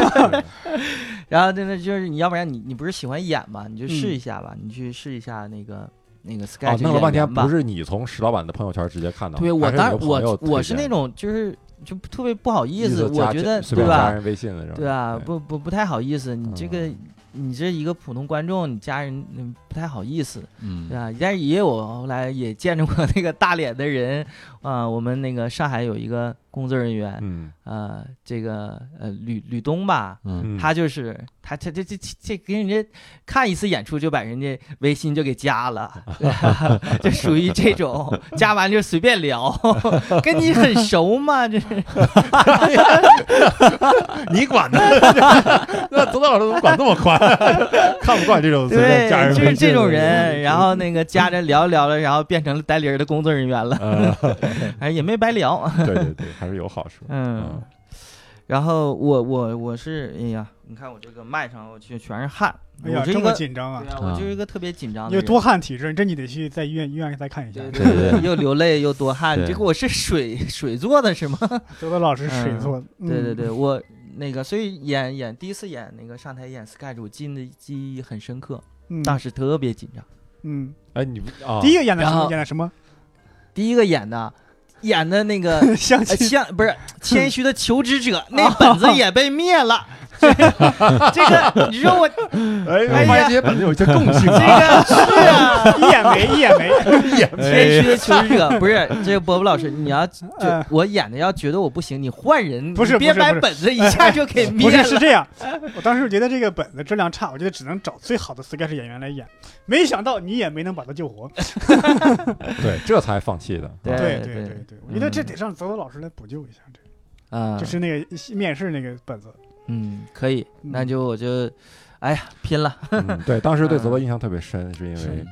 然后真的就是你要不然你你不是喜欢演嘛，
嗯
你就试一下吧，你去试一下那个那个 sketch
啊，弄了半天
演员吧
不。是你从石老板的朋友圈直接看到的，
对我
还是你
当
的朋友
我
推荐
我是那种就是就特别不好意
意
思，
思加
我觉得
随
对
便加
吧？
人微信的时候，
对啊，
对
不不不太好意思，你这个
嗯
你这一个普通观众，你家人嗯不太好意思。
嗯
对，啊，但是也有后来也见着过那个大脸的人，啊、我们那个上海有一个工作人员，
嗯，
呃，这个呃吕吕东吧，
嗯，
嗯
他就是他他这这这这给人家看一次演出就把人家微信就给加了，对啊就属于这种加完就随便聊， [LAUGHS] 跟你很熟吗？这是
你管他， [LAUGHS] 那左导老师怎么管这么宽？看不惯这
[LAUGHS]
种随便
对
加，人
就
微
是
信
这
的
种人，然后那个加着聊聊了，然后变成了单立人的工作人员了，
呃，
嗯
哎，也没白聊，
对对对，还是有好处。
[LAUGHS] 嗯。然后我我我是哎呀，你看我这个麦上我去全是汗，
哎
我
呀，
这
这
一
么
个
紧张啊
对！啊，我就是一个特别紧张的
因为
人，
多汗体质，这你得去在医院医院再看一下
对。
对对对
又流泪又多汗，
对
这个我是水水做的是吗？
周德老师水做的，嗯
对对，对，我那个所以演演第一次演那个上台演 sketch，我记得记忆很深刻，
嗯
当时特别紧张。
嗯，
哎，你不啊，
第一个演的什
然
么？
后
演的什么？
第一个演的演的那个
相
[LAUGHS] 呃，
亲
谦不是谦虚的求职者， [LAUGHS] 那本子也被灭了。这个
[LAUGHS]
你说我这
哎，
哎
我
呀
发现这些本子有一些共性
[LAUGHS]
啊，
个是啊。
一眼没
[LAUGHS]
一眼没，
哎
谦虚的求职者
[LAUGHS]
不是这个伯伯老师，你要就
哎
我演的要觉得我不行，你换人，
不是
你别
不是
把
不是
本子一下就
[LAUGHS]
给
不
灭
是
了。
是这样。我当时觉得这个本子质量差，我觉得只能找最好的 sketch 演员来演，没想到你也没能把他救活。
对，这才放弃的。
[LAUGHS] 对嗯
对
对
对
对
对，我觉得这得让泽泽老师来补救一下，这
啊，
就是那个面试那个本子。
嗯，可以，
嗯
那就我就，哎呀，拼了，
嗯对，当时对泽泽印象特别深，是因为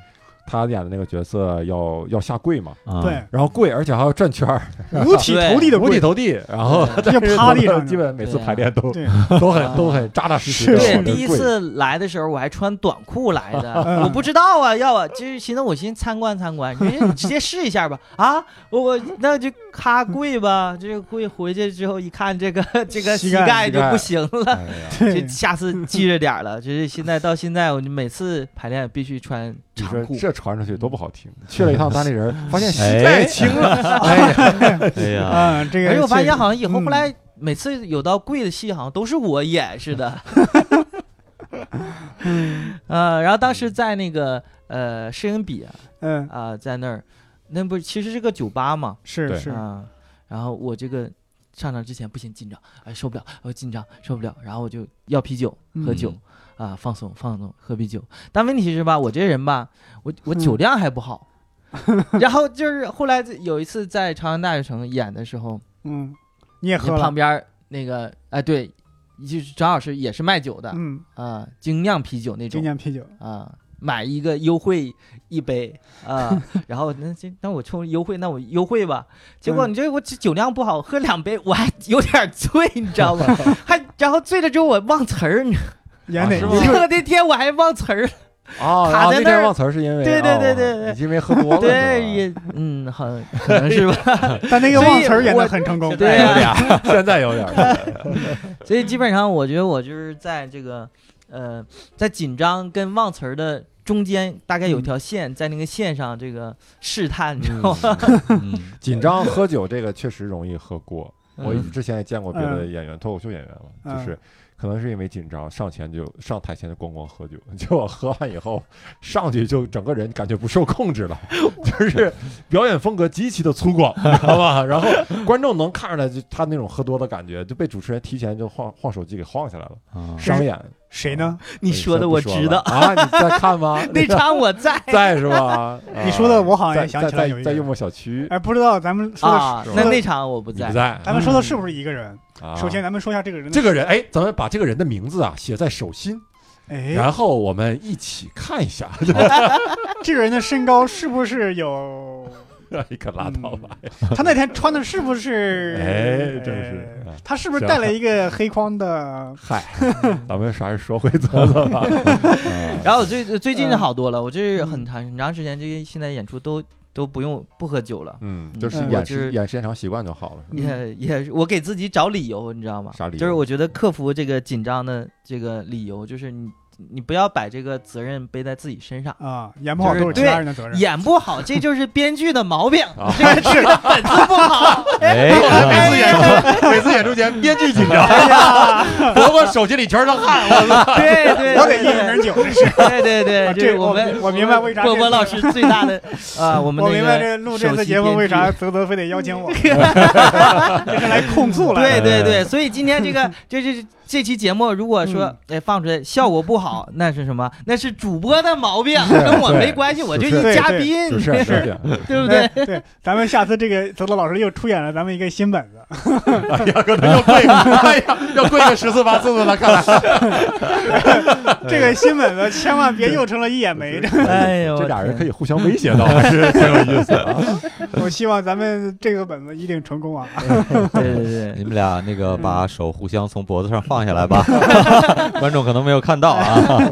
他演的那个角色要要下跪嘛，
嗯
啊，
[LAUGHS]
对，
然后跪，而且还要转圈儿，
[LAUGHS] 五体投地的
五体
跪，
投地，然
[LAUGHS]
后
要趴地上
基本每次排练都
对，
都很都很扎扎实实
是
的。
是
[LAUGHS]
对，
是
啊第一次来的时候我还穿短裤来
嗯
的，我不知道啊，要啊，就是寻思我先参观参观，你说你直接试一下吧，啊，我我那就咔跪吧，这个跪回去之后一看这个 [LAUGHS] 这个
膝
膝
盖
盖
膝
就
盖
不行
[LAUGHS]
[LAUGHS]
了。
哎呀
对
就下次记着点儿了，就是现在到现在，我就每次排练必须穿
你
长
说
裤。
这传出去多不好听！去了一趟单立人， [LAUGHS] 发现膝
哎
盖青了，哎呀，
哎呀，
啊
嗯，这个
而且我发
这
现
个
好像以后
嗯
后来每次有到贵的戏，好像都是我演似的。呃，然后当时在那个呃摄影笔啊、
嗯
啊在那儿，那不其实是个酒吧嘛
是
对
是
啊、，然后我这个上场之前不行，紧张，哎受不了，我、紧张受不了，然后我就要啤酒喝酒。
嗯
啊，放松放松，喝啤酒。但问题是吧，我这人吧，我我酒
嗯
量还
[LAUGHS]
不好。然后就是后来有一次在朝阳大学城演的时候，
嗯，你也喝
那旁
了，
边儿那个，哎，对，就是张老师也是卖酒的啊、
嗯，
精酿啤酒那
精
种啊、
酿啤酒，
买一个优惠一杯啊、 [LAUGHS] 然后那这那我冲优惠，那我优惠吧。结果
嗯
你这我这酒量不好，喝两杯我还有点醉，你知道吗？还然后醉了之后我忘词儿，你知
演哪
是
一
道
吗
个？
吗？那天我还忘词儿了，
啊，
卡
然后
在
那
那
天
儿
忘词儿是因为
对对对对
哦
对
你是因为喝多了，
对，
是
也嗯，好，可能是吧。
但那个
所以
忘词儿演的
我
很成功，
对
吧
啊
[LAUGHS]
呀
有点儿，现在有点儿，
[LAUGHS]
[LAUGHS]
所以基本上，我觉得我就是在这个，呃，在紧张跟忘词儿的中间，大概有一条线，在那个线上这个试探，你知道吗？
嗯
紧张喝酒这个确实容易喝过。
嗯
我之前也见过别的
嗯
演员，脱口秀演员嘛，
嗯
就是可能是因为紧张，上前就上台前就咣咣喝酒，结果喝完以后上去就整个人感觉不受
[LAUGHS]
控制了，就是表演风格极其的粗犷， [LAUGHS] 你知道吧？然后观众能看出来，就他那种喝多的感觉，就被主持人提前就晃晃手机给晃下来了，
啊，
商演。
谁呢？
你说的我知道，？
啊，你在
[LAUGHS]
看吗
那场我在
在是吧？啊
你说的我好像也想起来
在
有一
在
个
在幽默小区，
哎，不知道咱们说的
啊
是，
那那场我不
你
在
不。在？
咱们说的是不是一个人？
啊
哎首先，咱们说一下这个人的。
这个人，哎，咱们把这个人的名字啊写在手心，
哎，
然后我们一起看一下。 [LAUGHS]
这个人的身高是不是有？嗯
你可拉倒吧！
他那天穿的是不是？
哎，真是，
哎
啊
他是不是戴了一个黑框的？
嗨， [LAUGHS] 咱们啥时候说回泽泽 [LAUGHS] 吧。啊
然后我最最
嗯
近好多了，我这很长很长时间，这些现在演出都都不用不喝酒了。
嗯，就是
嗯
演
我就是
时演时间长习惯就好了。是吧
也也是，我给自己找理由，你知道吗？
啥理由
就是我觉得克服这个紧张的这个理由，就是你你不要把这个责任背在自己身上，
啊，演不好都是其他人的责任。
演不好这就是编剧的毛病，
啊
这个
[LAUGHS]
是本子不好。
哎，
每次演出，每次演出前 [LAUGHS] 编剧紧张，伯伯手心里全是汗。
对对，
我得一
对
瓶酒，这是。
对对对，
啊
这
这
我
我
们
我明白为啥
波
这
波
次
老师最
[LAUGHS]
大的啊，我
[LAUGHS]
们
我
那
明白
个
这录这
首
次
席
节目
编
为啥
剧
泽泽非得邀请
[LAUGHS]
我，这是来控诉来
对
的。
对对，所以今天这个这这这期节目，如果说哎放出来效果不好，那是什么？那是主播的毛病，跟我没关系，我就
持
主
一
人
嘉
对对
宾，
主持人 [LAUGHS] 是这样，
[LAUGHS] 对不对？
对哎对，咱们下次这个泽泽老师又出演了咱们一个新本子，
哎呀，可能要
[LAUGHS]
跪，哎呀，要跪个十次八次的了， [LAUGHS] 看来。
这个新本子千万别又成了一眼梅。这
哎呦，
这俩人可
以。
以互相威胁 [LAUGHS] 到，还是挺有意思的啊。
[LAUGHS] 我希望咱们这个本子一定成功啊！
对对
[LAUGHS] 你
对，
们俩那个
嗯
把手互相从脖子上放下来
[LAUGHS]
吧， [LAUGHS] 观众可能没有看到啊。 [LAUGHS]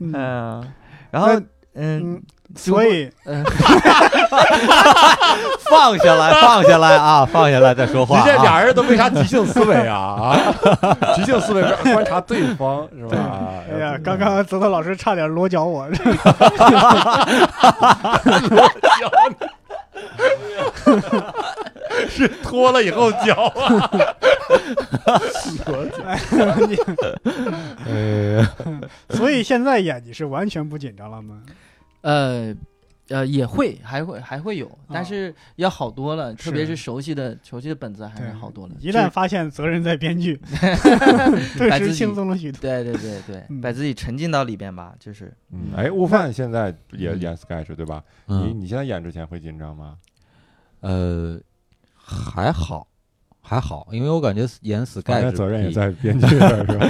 嗯，
嗯， [LAUGHS] 然后嗯
嗯，所以
嗯，
放下来，放下来啊，放下来再说
你
话、啊。
这俩人都没啥即兴思维啊 [LAUGHS] 啊！即兴思维观察对方是吧？
哎呀，
嗯
刚刚泽泽老师差点裸脚我，
是脱了以后脚啊，
[LAUGHS] 哎
哎
所以现在演你是完全不紧张了吗？
呃。呃，也会，还会，还会有，但是要好多了，特别
是
是熟悉的、熟悉的本子，还是
对
哎好多了。
一
就是
旦发现责任在编
[LAUGHS]
剧， [LAUGHS] 顿
把自
时
己
轻松了许多。
对对对对，
嗯
把自己沉浸到里边吧，就是啊
嗯哎，悟饭现在也演 sketch 对吧？你
嗯，
你现在演之前会紧张吗？
呃，还好，还好，因为我感觉演
反
sketch
正责任也
比
在编剧这儿
[LAUGHS]
是吧？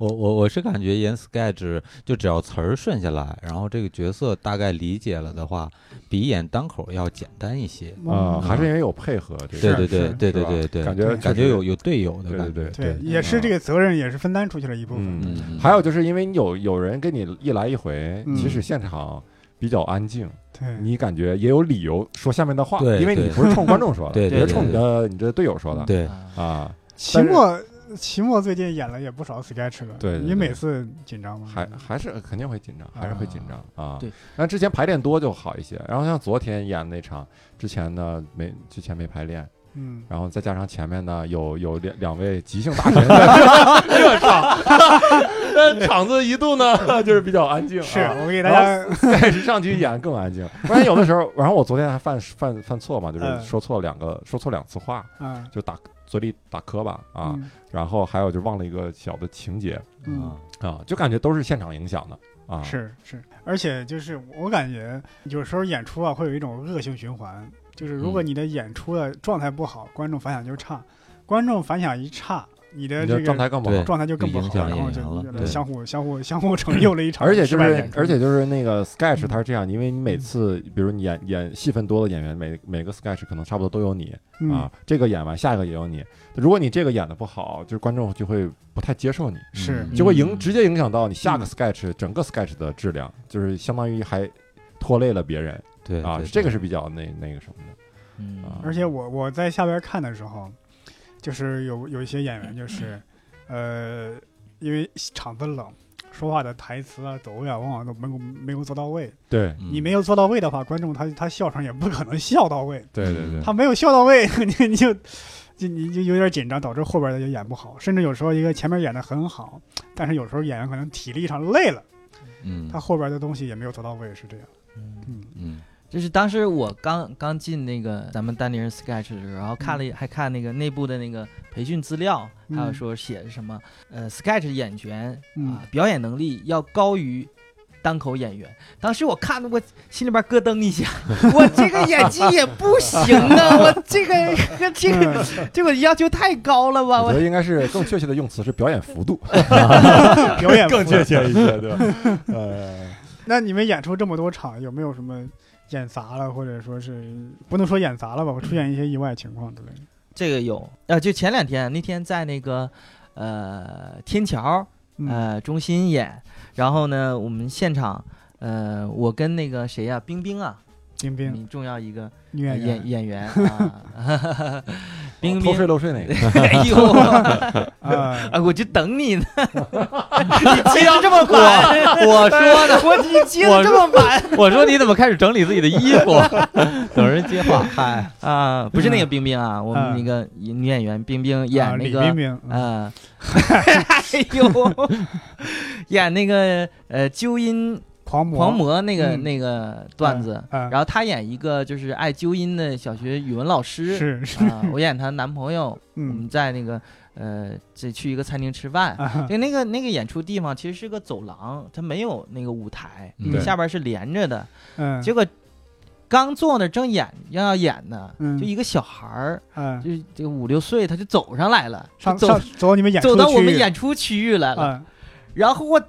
我我我是感觉演 sketch 就只要词儿顺下来，然后这个角色大概理解了的话，比演单口要简单一些。
啊，还是因为有配合，这
嗯对
个
对对
是
对
是
对
吧
对对，
感觉
感
确
觉
实
有有队友的
对
感
对
觉。
对
对，也是这个责任也是分担出去了一部分。
嗯
嗯，
还有就是因为你有有人跟你一来一回，
嗯
即使现场比较安静，
对，
你感觉也有理由说下面的话，
对
因为你
对
不是冲观众说
[LAUGHS]
的，
对
也
对
是
对
冲你
对
的你的队友说的
对，
啊
啊，
期末期末最近演了也不少 sketch 了，
对对对
你每次紧张吗？
还还是肯定会紧张，还是会紧张啊。
对，
那之前排练多就好一些，然后像昨天演那场，之前呢没之前没排练，
嗯，
然后再加上前面呢有有两两位即兴大神 [LAUGHS] 在热场，那场子一度呢 [LAUGHS] 就是比较安静啊，
是我给大家，
但是上去演更安静，不然有的时候，然后我昨天还犯犯犯错嘛，就是
嗯
说错两个，说错两次话，
嗯
就打嘴里打磕巴啊，
嗯
然后还有就忘了一个小的情节
嗯，
啊，就感觉都是现场影响的啊，
是是，而且就是我感觉有时候演出啊会有一种恶性循环，就是如果
嗯
你的演出的状态不好，观众反响就差，观众反响一差，你的
你
这
的
个
状态更不好
对。
状态就更不
就影
好，
响
然后
演员了
就
对
相互相互相互成就了一场
而且
失
就
败的
是
演，出，
而且就是那个 sketch，
嗯
它是这样，因为你每次，比如你演演戏份多的演员，每每个 sketch 可能差不多都有你
嗯
啊，，这个演完下一个也有你。如果你这个演的不好，就是观众就会不太接受你，
是
嗯
就会影直接影响到你下个
嗯
sketch 整个 sketch 的质量，就是相当于还拖累了别人
对
啊
对，
这个
对
是比较那那个什么的
嗯
啊
而且我我在下边看的时候，就是有有一些演员就是，呃，因为场子冷，说话的台词啊、走位啊，往往都没有没有做到位。
对
嗯
你没有做到位的话，观众他他笑声也不可能笑到位。
对对对，
他没有笑到位， [LAUGHS] 你你就就你就有点紧张，导致后边的也演不好。甚至有时候一个前面演的很好，但是有时候演员可能体力上累了，
嗯
他后边的东西也没有做到位，是这样。嗯，
[LAUGHS] 嗯
就是当时我刚刚进那个咱们丹尼尔 Sketch 的时候，然后看了、还看那个内部的那个培训资料，
嗯
还有说写什么呃 Sketch 演员啊、
嗯
表演能力要高于单口演员。当时我看的我心里边咯噔一下， [LAUGHS] 我这个演技也不行
[LAUGHS]
啊，我这个这
嗯
个这个要求太高了吧？
我觉得
我
应该是更确切的用词是表演幅度，
[LAUGHS] 表演
[LAUGHS] 更
不
确切一些，
[LAUGHS]
对吧？呃，
那你们演出这么多场，有没有什么演砸了，或者说是不能说演砸了吧，出现一些意外情况之类的？
这个有啊，就前两天那天在那个呃天桥
嗯
呃中心演，然后呢，我们现场，呃，我跟那个谁呀、冰冰啊，
冰冰
你重要一个
女
呃
演员
演演员啊， [LAUGHS] 冰
偷
冰
税，漏税那个，
[LAUGHS] 哎呦，
啊，
啊，我就等你呢，你接的这么晚，
[LAUGHS] 我
[LAUGHS]
说呢，
我你接的这么晚
我说你怎么开始整理自己的衣服？ [LAUGHS] 等人接话，嗨，
[LAUGHS] 啊，不是那个冰冰啊，我
啊
们那个女演员冰冰
啊
[LAUGHS] 演那
李
个
冰冰，嗯
啊， [LAUGHS] 哎呦，演那个呃纠音
狂魔
狂魔那个
嗯
那个段子，
啊
然后他演一个就是爱纠音的小学语文老师，
是是， [LAUGHS]
啊，我演她男朋友，我
嗯
们在那个呃，这去一个餐厅吃饭。
啊
就那个那个演出地方其实是个走廊，它没有那个舞台，
嗯
对
下边是连着的。
嗯，
结果刚坐那儿正演要演呢，
嗯
就一个小孩儿，
嗯
就这个五六岁，他就走上来了，
上
就走
上走你们演出
走到我
区
们
域
演出区域来了。
啊
然后我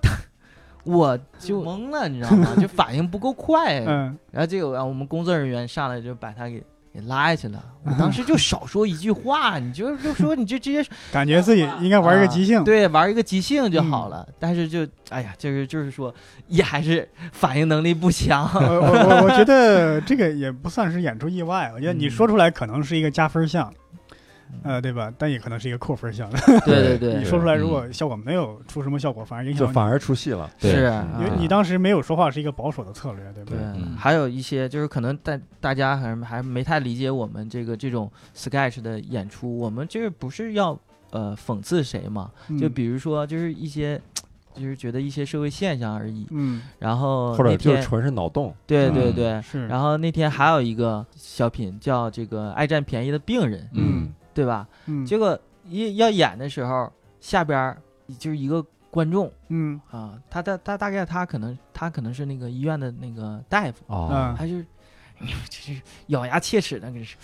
我就懵了，你知道吗？就反应不够快，
[LAUGHS] 嗯
然后这个啊，我们工作人员上来就把他给给拉下去了。我当时就少说一句话，你就就说你
[LAUGHS]
就直接
感觉自己应该玩一个即兴，
啊对，玩一个即兴就
嗯
好了。但是就哎呀，就是就是说，也还是反应能力不强。
我我我我觉得这个也不算是演出意外，我觉得你
嗯
说出来可能是一个加分项，呃，对吧？但也可能是一个扣分项。
[LAUGHS] 对对嗯
你
对，
说出来如果效果没有出什么效果，反而影
就
响
反而出戏了。
对
是
你，
啊
因为你当时没有说话是一个保守的策略，对不
对
对？，
嗯
还有一些就是可能大大家还还没太理解我们这个这种 sketch 的演出，我们这个不是要呃讽刺谁嘛？
嗯
就比如说就是一些就是觉得一些社会现象而已。
嗯
然后
或者
哦那
就是
天
纯是脑
[LAUGHS]
洞，
对
嗯
对对，
是，
然后那天还有一个小品叫这个爱占便宜的病人，
嗯
对吧？
嗯
结果一要演的时候，下边儿就是一个观众
嗯
啊，他他他大概他可能他可能是那个医院的那个大夫，
哦，
啊
他就是。就是咬牙切齿的，跟是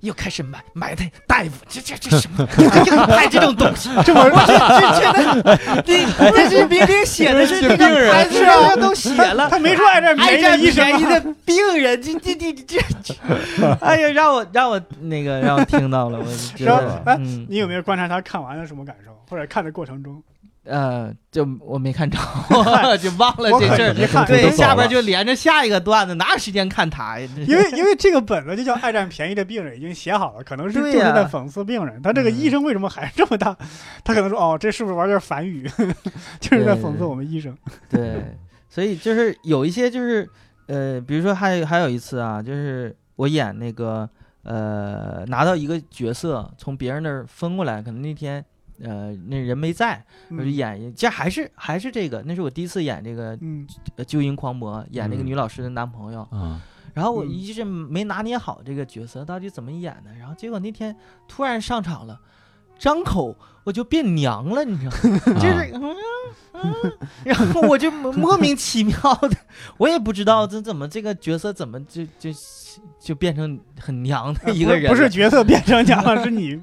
又开始埋埋汰大夫，这这这什么？又拍这种东西，
这么
我这这这这，你这是明明写的是那
病
个
人
牌子上都写了，
他没说爱占
爱
便宜的
占
医生啊
便宜的病人，这这这这，这哎呀，让我让我那个让我听到了，我就觉
然后
得，
哎
嗯，
你有没有观察他看完了什么感受，或者看的过程
[LAUGHS]
中？
呃，就我没看着， [LAUGHS] 就忘了这事
我一
儿。
看，
对，
都走了
下边就连着下一个段子，哪有时间看他呀？
因为因为这个本子就叫《爱占便宜的病人》，已经写好了，可能是就
[LAUGHS] 对
是
呀
在讽刺病人。他这个医生为什么还这么大？ [LAUGHS] 他可能说哦，这是不是玩点反语， [LAUGHS] 就是在讽刺我们医生。
[LAUGHS] 对，所以就是有一些就是呃，比如说还有还有一次啊，就是我演那个呃，拿到一个角色从别人那儿分过来，可能那天呃那人没在，我就
嗯
演一，这还是还是这个，那是我第一次演这个
嗯
呃纠音狂魔，演那个
嗯
女老师的男朋友，
嗯
然后我
嗯
一直没拿捏好这个角色到底怎么演的，然后结果那天突然上场了，张口我就变娘了，你知道吗？
啊
就是嗯嗯， [LAUGHS] 然后我就莫莫名其妙的， [LAUGHS] 我也不知道这怎么这个角色怎么就就就变成很娘的 [LAUGHS] 一个人了，
呃不是角色变成娘了，是你。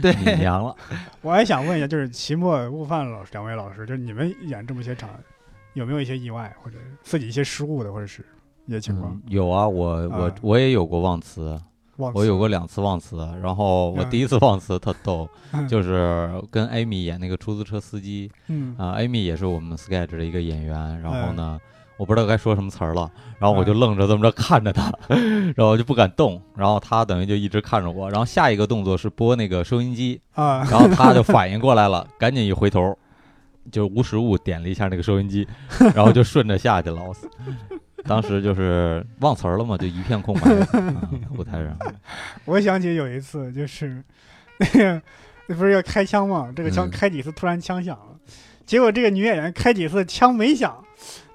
对
你娘了，
我还想问一下，就是期末悟饭老师两位老师，就是你们演这么些场，有没有一些意外或者自己一些失误的，或者是一些情况
嗯？有啊，我我
啊
我也有过忘词，
忘记
我有过两次忘词，然后我
嗯
第一次忘词特逗
嗯，
就是跟艾米演那个出租车司机
嗯
啊，艾米也是我们 sketch 的一个演员，然
嗯
后呢。我不知道该说什么词儿了，然后我就愣着这么着看着他， [LAUGHS] 然后我就不敢动，然后他等于就一直看着我，然后下一个动作是拨那个收音机，
啊 [LAUGHS]
[LAUGHS]
然后他就反应过来了，赶紧一回头，就是无实物点了一下那个收音机，然后就顺着下去了。我操当时就是忘词儿了嘛，就一片空白，啊舞台上。
我想起有一次，就是 [LAUGHS] 那个那不是要开枪吗？这个枪
嗯
开几次突然枪响了，结果这个女演员开几次枪没响，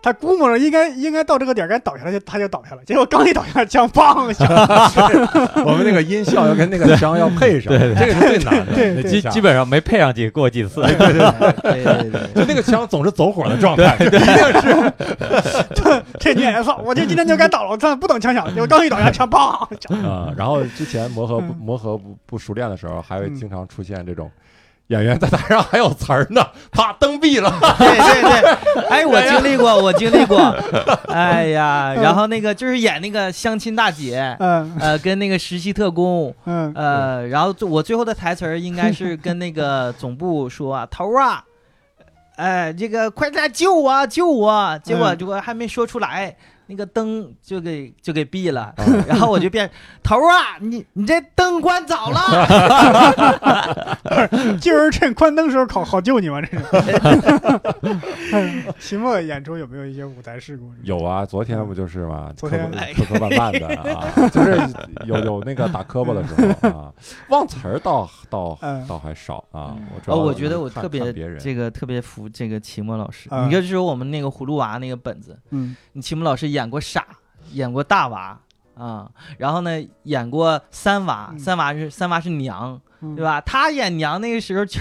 她估摸着应该应该到这个点儿该倒下了，就她就倒下了。结果刚一倒下， [LAUGHS] 枪砰响了。
我们那个音效要跟那个枪要配上，
对对
这个是最难的。
对
那
基
几下
基本上没配上几过几次，
[LAUGHS] 对对对
就那个枪总是走火的状态，就一定是
这女演员操，我这今天就该倒了，我操，不等枪响，结果刚一倒下，枪砰响了。
啊。然后之前磨合不
嗯
磨合不不熟练的时候，还会经常出现这种。演员在台上还有词儿呢，啪蹬
[LAUGHS]
壁了，
对对对，哎，我经历过，我经历过，哎呀，然后那个就是演那个相亲大姐，
嗯
呃，跟那个实习特工，
[LAUGHS] 嗯
呃，然后最我最后的台词儿应该是跟那个总部说啊， [LAUGHS] 头儿啊。哎，这个快来救我，啊救我！结果
嗯
结果还没说出来，那个灯就给就给闭了， [LAUGHS]
啊
然后我就变头儿啊，你你这灯关早了，
今儿趁关灯时候好好救你吗？这是。嗯秦墨演出有没有一些舞台事故？
有啊，昨天不就是嘛，
嗯昨
磕
天
哎
磕磕绊绊的啊，就是有有那个打磕巴的时候啊，忘词儿倒倒
嗯
倒还少啊。我主要
哦，我觉得我
看
特别
看别人
这个特别服这个齐墨老师。
啊
你就说我们那个葫芦娃那个本子，
嗯
你齐墨老师演过傻，演过大娃啊、然后呢演过三娃
嗯，
三娃是三娃是娘，
嗯
对吧？他演娘那个时候就，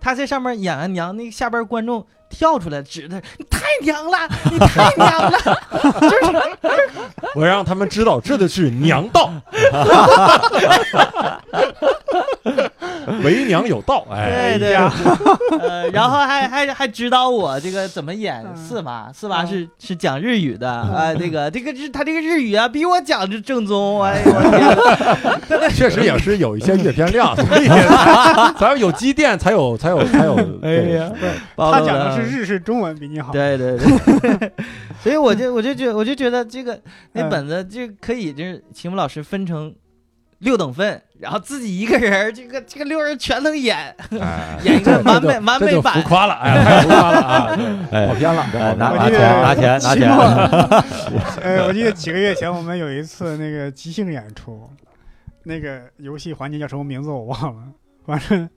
他在上面演了娘，那个下边观众跳出来指他，你太娘
[LAUGHS]
了，你太娘了，
我让他们知道这就是娘道，为娘有道，哎
对对
呀，
呃，然后还还还指导我这个怎么演
嗯
四娃，四娃是是讲日语
[LAUGHS]
的啊，这个这个日他这个日语啊，比我讲的正宗，
嗯
哎呦我的天
[LAUGHS]
呐，
确实也是有一些阅片量，所
[LAUGHS]
以才才有积淀，才有才有才有。对
哎呀，
啊
暴
他
露
讲的
了
是日式中文，比你好。
对对对， [LAUGHS] 所以我就我就觉我就觉得这个那
嗯
本子就可以就是秦牧老师分成六等份，然后自己一个人儿这个这个六人全
[LAUGHS]
能演，
哎
演一个完美
这就
完美版
这就浮夸了，哎，太浮夸了啊！对
哎
跑，偏了，
哎拿
我
拿
记得
钱拿钱拿
期
钱，
末，呃，我记得几个月前我们有一次那个即兴演出，那个游戏环节叫什么名字我忘了，反正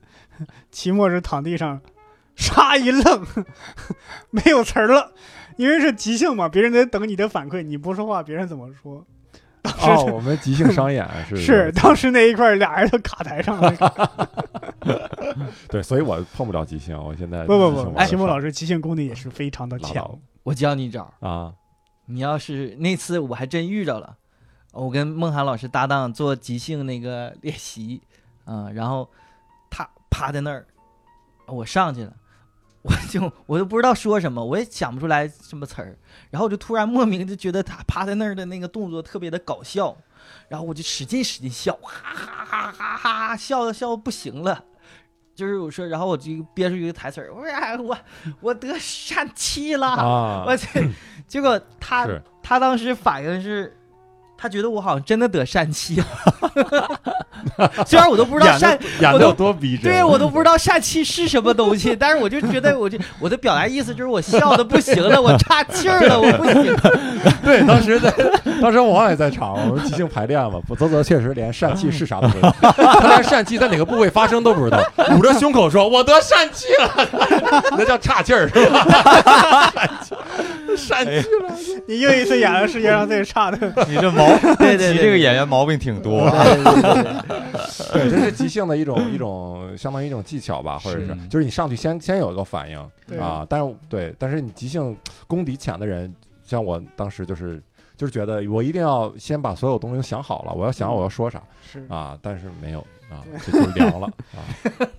期末是躺地上，唰一愣， [LAUGHS] 没有词儿了，因为是即兴嘛，别人得等你的反馈，你不说话，别人怎么说？
哦，我们即兴商演是
是当时那一块儿俩人都卡台上了，
对，所以我碰不了即兴，我现在
不不
哎
不，
期
期末老师即兴功底也是非常的
拉倒
强，
我教你一招儿，
啊，
你要是那次我还真遇着了，我跟孟涵老师搭档做即兴那个练习，啊、然后他趴在那儿，我上去了，我就我都不知道说什么，我也想不出来什么词儿，然后我就突然莫名就觉得他趴在那儿的那个动作特别的搞笑，然后我就使劲使劲笑，哈哈哈哈哈哈，笑的笑得不行了。就是我说，然后我就憋出一个台词儿，我说哎我我得疝气了，
啊
我这结果他
是
他当时反应是，他觉得我好像真的得疝气了，虽然我都不知道
演
疝
的，演
我
的
都
有多逼真，
对我都不知道疝气是什么东西，但是我就觉得我这我的表达意思就是我笑的不行了，我岔气儿了，我不行。
对，当时 [LAUGHS] 在，当时王也在场，我们即兴排练 [LAUGHS] 嘛。不，泽泽确实连疝气是啥都不 [LAUGHS] 知道，他连疝气在哪个部位发生都不知道， [LAUGHS] 捂着胸口说：“我得疝气了。” [LAUGHS] 那叫岔气儿是吧？ [LAUGHS] 疝气，疝气
你又一次演了世界上最差的。
[LAUGHS] 你这毛，
对对对
你这个演员毛病挺多。啊
哎对，这是即兴的一种一种，相当于一种技巧吧，或者是
是
就是你上去先先有一个反应
对
啊，但是对，但是你即兴功底浅的人，像我当时就是就是觉得我一定要先把所有东西都想好了，我要想我要说啥
是
啊，但是没有啊，这就凉
[LAUGHS]
了啊。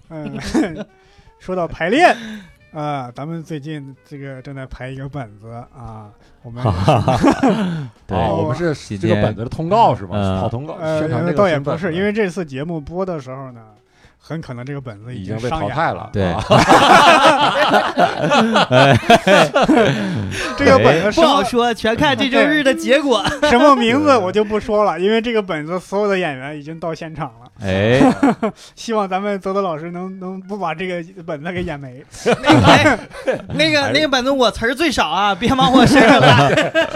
嗯， [LAUGHS] 说到排练啊，咱们最近这个正在排一个本子啊，我们
[LAUGHS] 对
哦，我们是这个本子的通告是吗？
嗯
跑通告，宣
呃
传这个
倒也
新本
不是，
子
因为这次节目播的时候呢，很可能这个本子
已
经
啊
经被
上
淘
演
汰了，
对
啊，
这个本子什
不好
么
说，全看这周日的结果。
什么名字我就不说了，因为这个本子所有的演员已经到现场了。
哎， [LAUGHS]
希望咱们泽泽老师能能不把这个本子给演
[LAUGHS]
没。
哎那个那个本子我词儿最少啊，别往我身上拉。
[LAUGHS]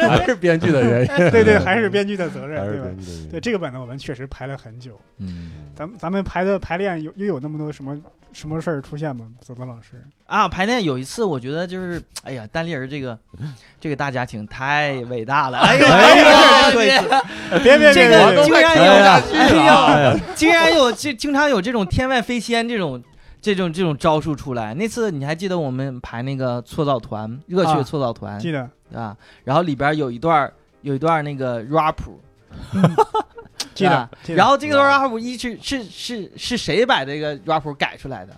还是编剧的人，
对对，还是编剧的责任，
还是
对吧？
编剧的人。
对这个本子，我们确实排了很久。
嗯，
咱们咱们排的排练有又有那么多什么什么事儿出现吗？泽泽老师，
啊，排练有一次，我觉得就是，哎呀，单立人这个这个大家庭太伟大了，哎呀，
哎呀
这
呃别别别
呃这
别
个
别
竟然
哎呀
有，哎呀，
哎呀，
竟然有经经常有这种天外飞仙这种这种这种招数出来。那次你还记得我们排那个搓澡团，热
啊
血搓澡团，
记得
对吧？然后里边有一段儿有一段儿那个 rap，
记得
啊。
记得。
然后这个 rap 一是是是是谁把这个 rap 改出来的？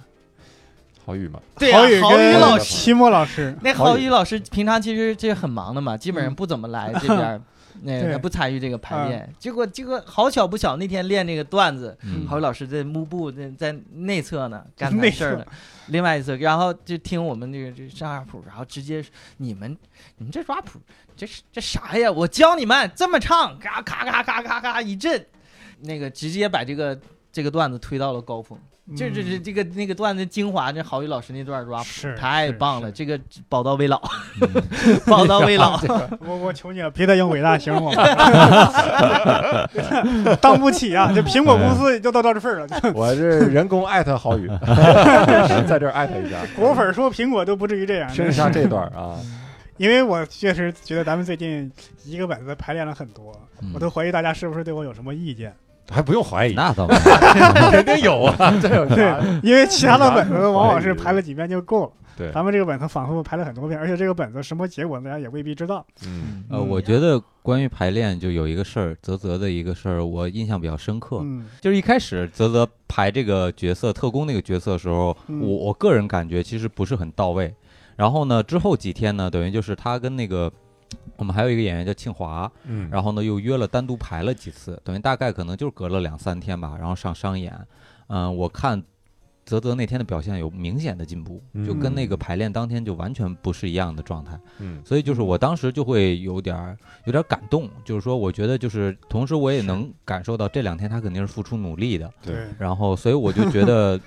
[LAUGHS]
郝宇嘛，
对啊
郝宇，
郝宇
跟
老师。
期末老师，
那
郝宇
郝宇老师平常其实这很忙的嘛，基本上不怎么来这边
[LAUGHS]
儿，那
嗯对嗯
个不参与这个排练。结果结果好巧不巧，那天练这个段子，
嗯
郝宇老师在幕布在在内侧呢，
[LAUGHS]
干
内
那事儿呢。另外一侧，然后就听我们这个这上下谱，然后直接你们你们这抓谱，这是这啥呀？我教你们这么唱，嘎咔咔咔咔咔一阵，那个直接把这个这个段子推到了高峰。 [LAUGHS] 这这这
嗯
这个那个段子精华，这郝宇老师那段 rap
是
太
是
棒了，
是
这个宝刀未老，
嗯
宝刀未老，
我我求你了，别再用伟大形容我了， [LAUGHS] 当不起啊！这苹果公司就到到这份儿了。
我是人工艾特
[LAUGHS]
郝宇，在这儿艾特一下。
果粉说苹果都不至于这样，
听一下这段啊，
因为我确实觉得咱们最近一个本子排练了很多，
嗯
我都怀疑大家是不是对我有什么意见，
还不用怀疑，
那倒没有，
肯定有啊， [LAUGHS] 这有啥？
因为其他的本子往往是排了几遍就够了，
对，
咱们这个本子反复排了很多遍，而且这个本子什么结果大家也未必知道。
嗯
呃，我觉得关于排练就有一个事儿，泽泽的一个事儿，我印象比较深刻，
嗯
就是一开始泽泽排这个角色特工那个角色的时候，
嗯
我我个人感觉其实不是很到位。然后呢，之后几天呢，等于就是他跟那个我们还有一个演员叫庆华，
嗯，
然后呢又约了单独排了几次，等于大概可能就是隔了两三天吧，然后上商演。嗯、我看泽泽那天的表现有明显的进步，就跟那
嗯
个排练当天就完全不是一样的状态。
嗯
所以就是我当时就会有点儿有点儿感动，就是说我觉得就是同时我也能感受到这两天他肯定是付出努力的，
对，
然后所以我就觉
[LAUGHS]
得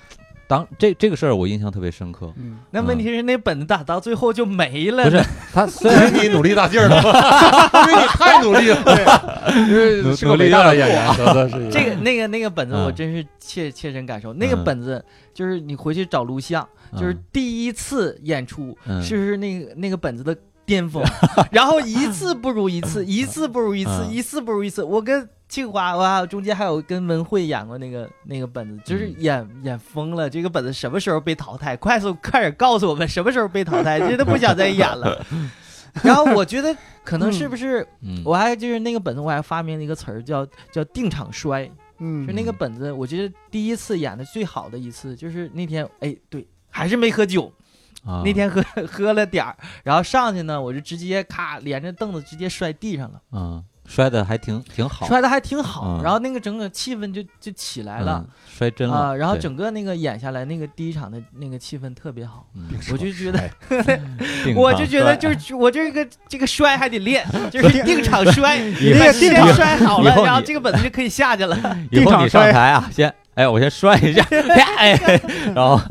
当这这个事儿我印象特别深刻。
嗯，
那问题是那本子打到最后就没了
不
呢，
是他虽然
因 [LAUGHS] 为你努力大劲儿 [LAUGHS] 了，因为你太努力了，因为是个伟大的啊演员，真的 [LAUGHS] 是
[LAUGHS] 这个那个那个本子
嗯
我真是切切身感受，那个
嗯
本子就是你回去找录像，就是第一次演出
嗯
是不是那个那个本子的巅
[LAUGHS]
峰，然后一次不如一次，一次不如一次，
嗯
一次不如一次，我跟。清华，哇，中间还有跟文慧演过那个那个本子，就是
嗯
演、演疯了。这个本子什么时候被淘汰？快速快点告诉我们什么时候被淘汰，真的不想再演
[LAUGHS]
了。然后我觉得可能是不是
嗯
我还就是那个本子，我还发明了一个词儿叫叫定场衰，就
嗯
那个本子，我觉得第一次演的最好的一次就是那天，哎，对，还是没喝酒，
啊
那天喝 [LAUGHS] 喝了点儿，然后上去呢，我就直接咔连着凳子直接摔地上了，
嗯摔的还挺挺好，
摔的还挺好，
嗯
然后那个整个气氛就就起来
嗯
了。
摔真了
啊、然后
对
整个那个演下来，那个第一场的那个气氛特别好，
嗯
我就觉
[LAUGHS]
得，
定
我
场
就觉得
摔
就是我这个这个摔还得
[LAUGHS]
练，就是定场摔，
以后
把时间摔好
以
了
后，
然后
你
这个本子就可以下去了。
[LAUGHS] 以
定
后
场
你上
摔
台啊，先哎我先摔
[LAUGHS]
一下，啪哎，然后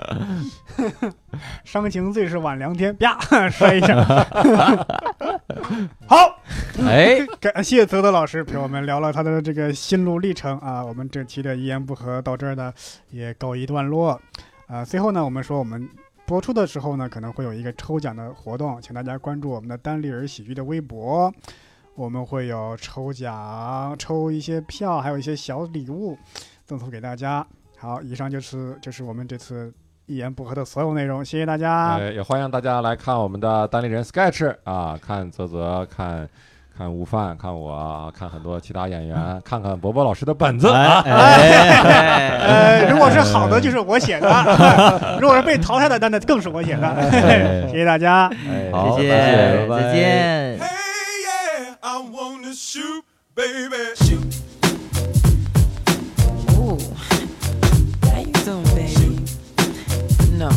伤情最是晚凉天，啪摔一下。好，
[LAUGHS] 哎
感谢泽泽老师陪我们聊了他的这个心路历程啊，我们这期的一言不合到这儿呢也告一段落啊、最后呢，我们说我们播出的时候呢，可能会有一个抽奖的活动，请大家关注我们的单立人喜剧的微博，我们会有抽奖，抽一些票，还有一些小礼物赠送给大家。好，以上就是就是我们这次一言不合的所有内容，谢谢大家。
呃，也欢迎大家来看我们的单立人 sketch 啊，看泽泽，看看悟饭，看我啊，看很多其他演员，看看伯伯老师的本子
哎
啊。
哎
哎
呃，如果是好的，就是我写的； [LAUGHS] 如果是被淘汰的，那那更是我写的。谢谢大家。
哎
好
谢谢，
拜拜
再见。
Hey, yeah, I wanna shoot, baby. Shoot.
Ooh. How you doing, baby? No,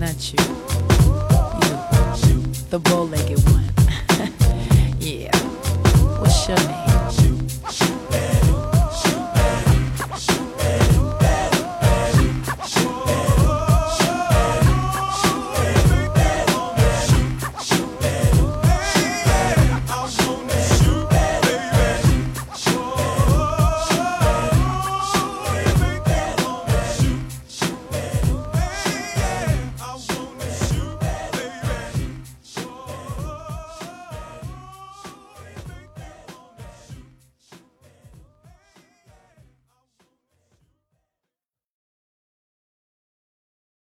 not you. You. The bullet. [LAUGHS]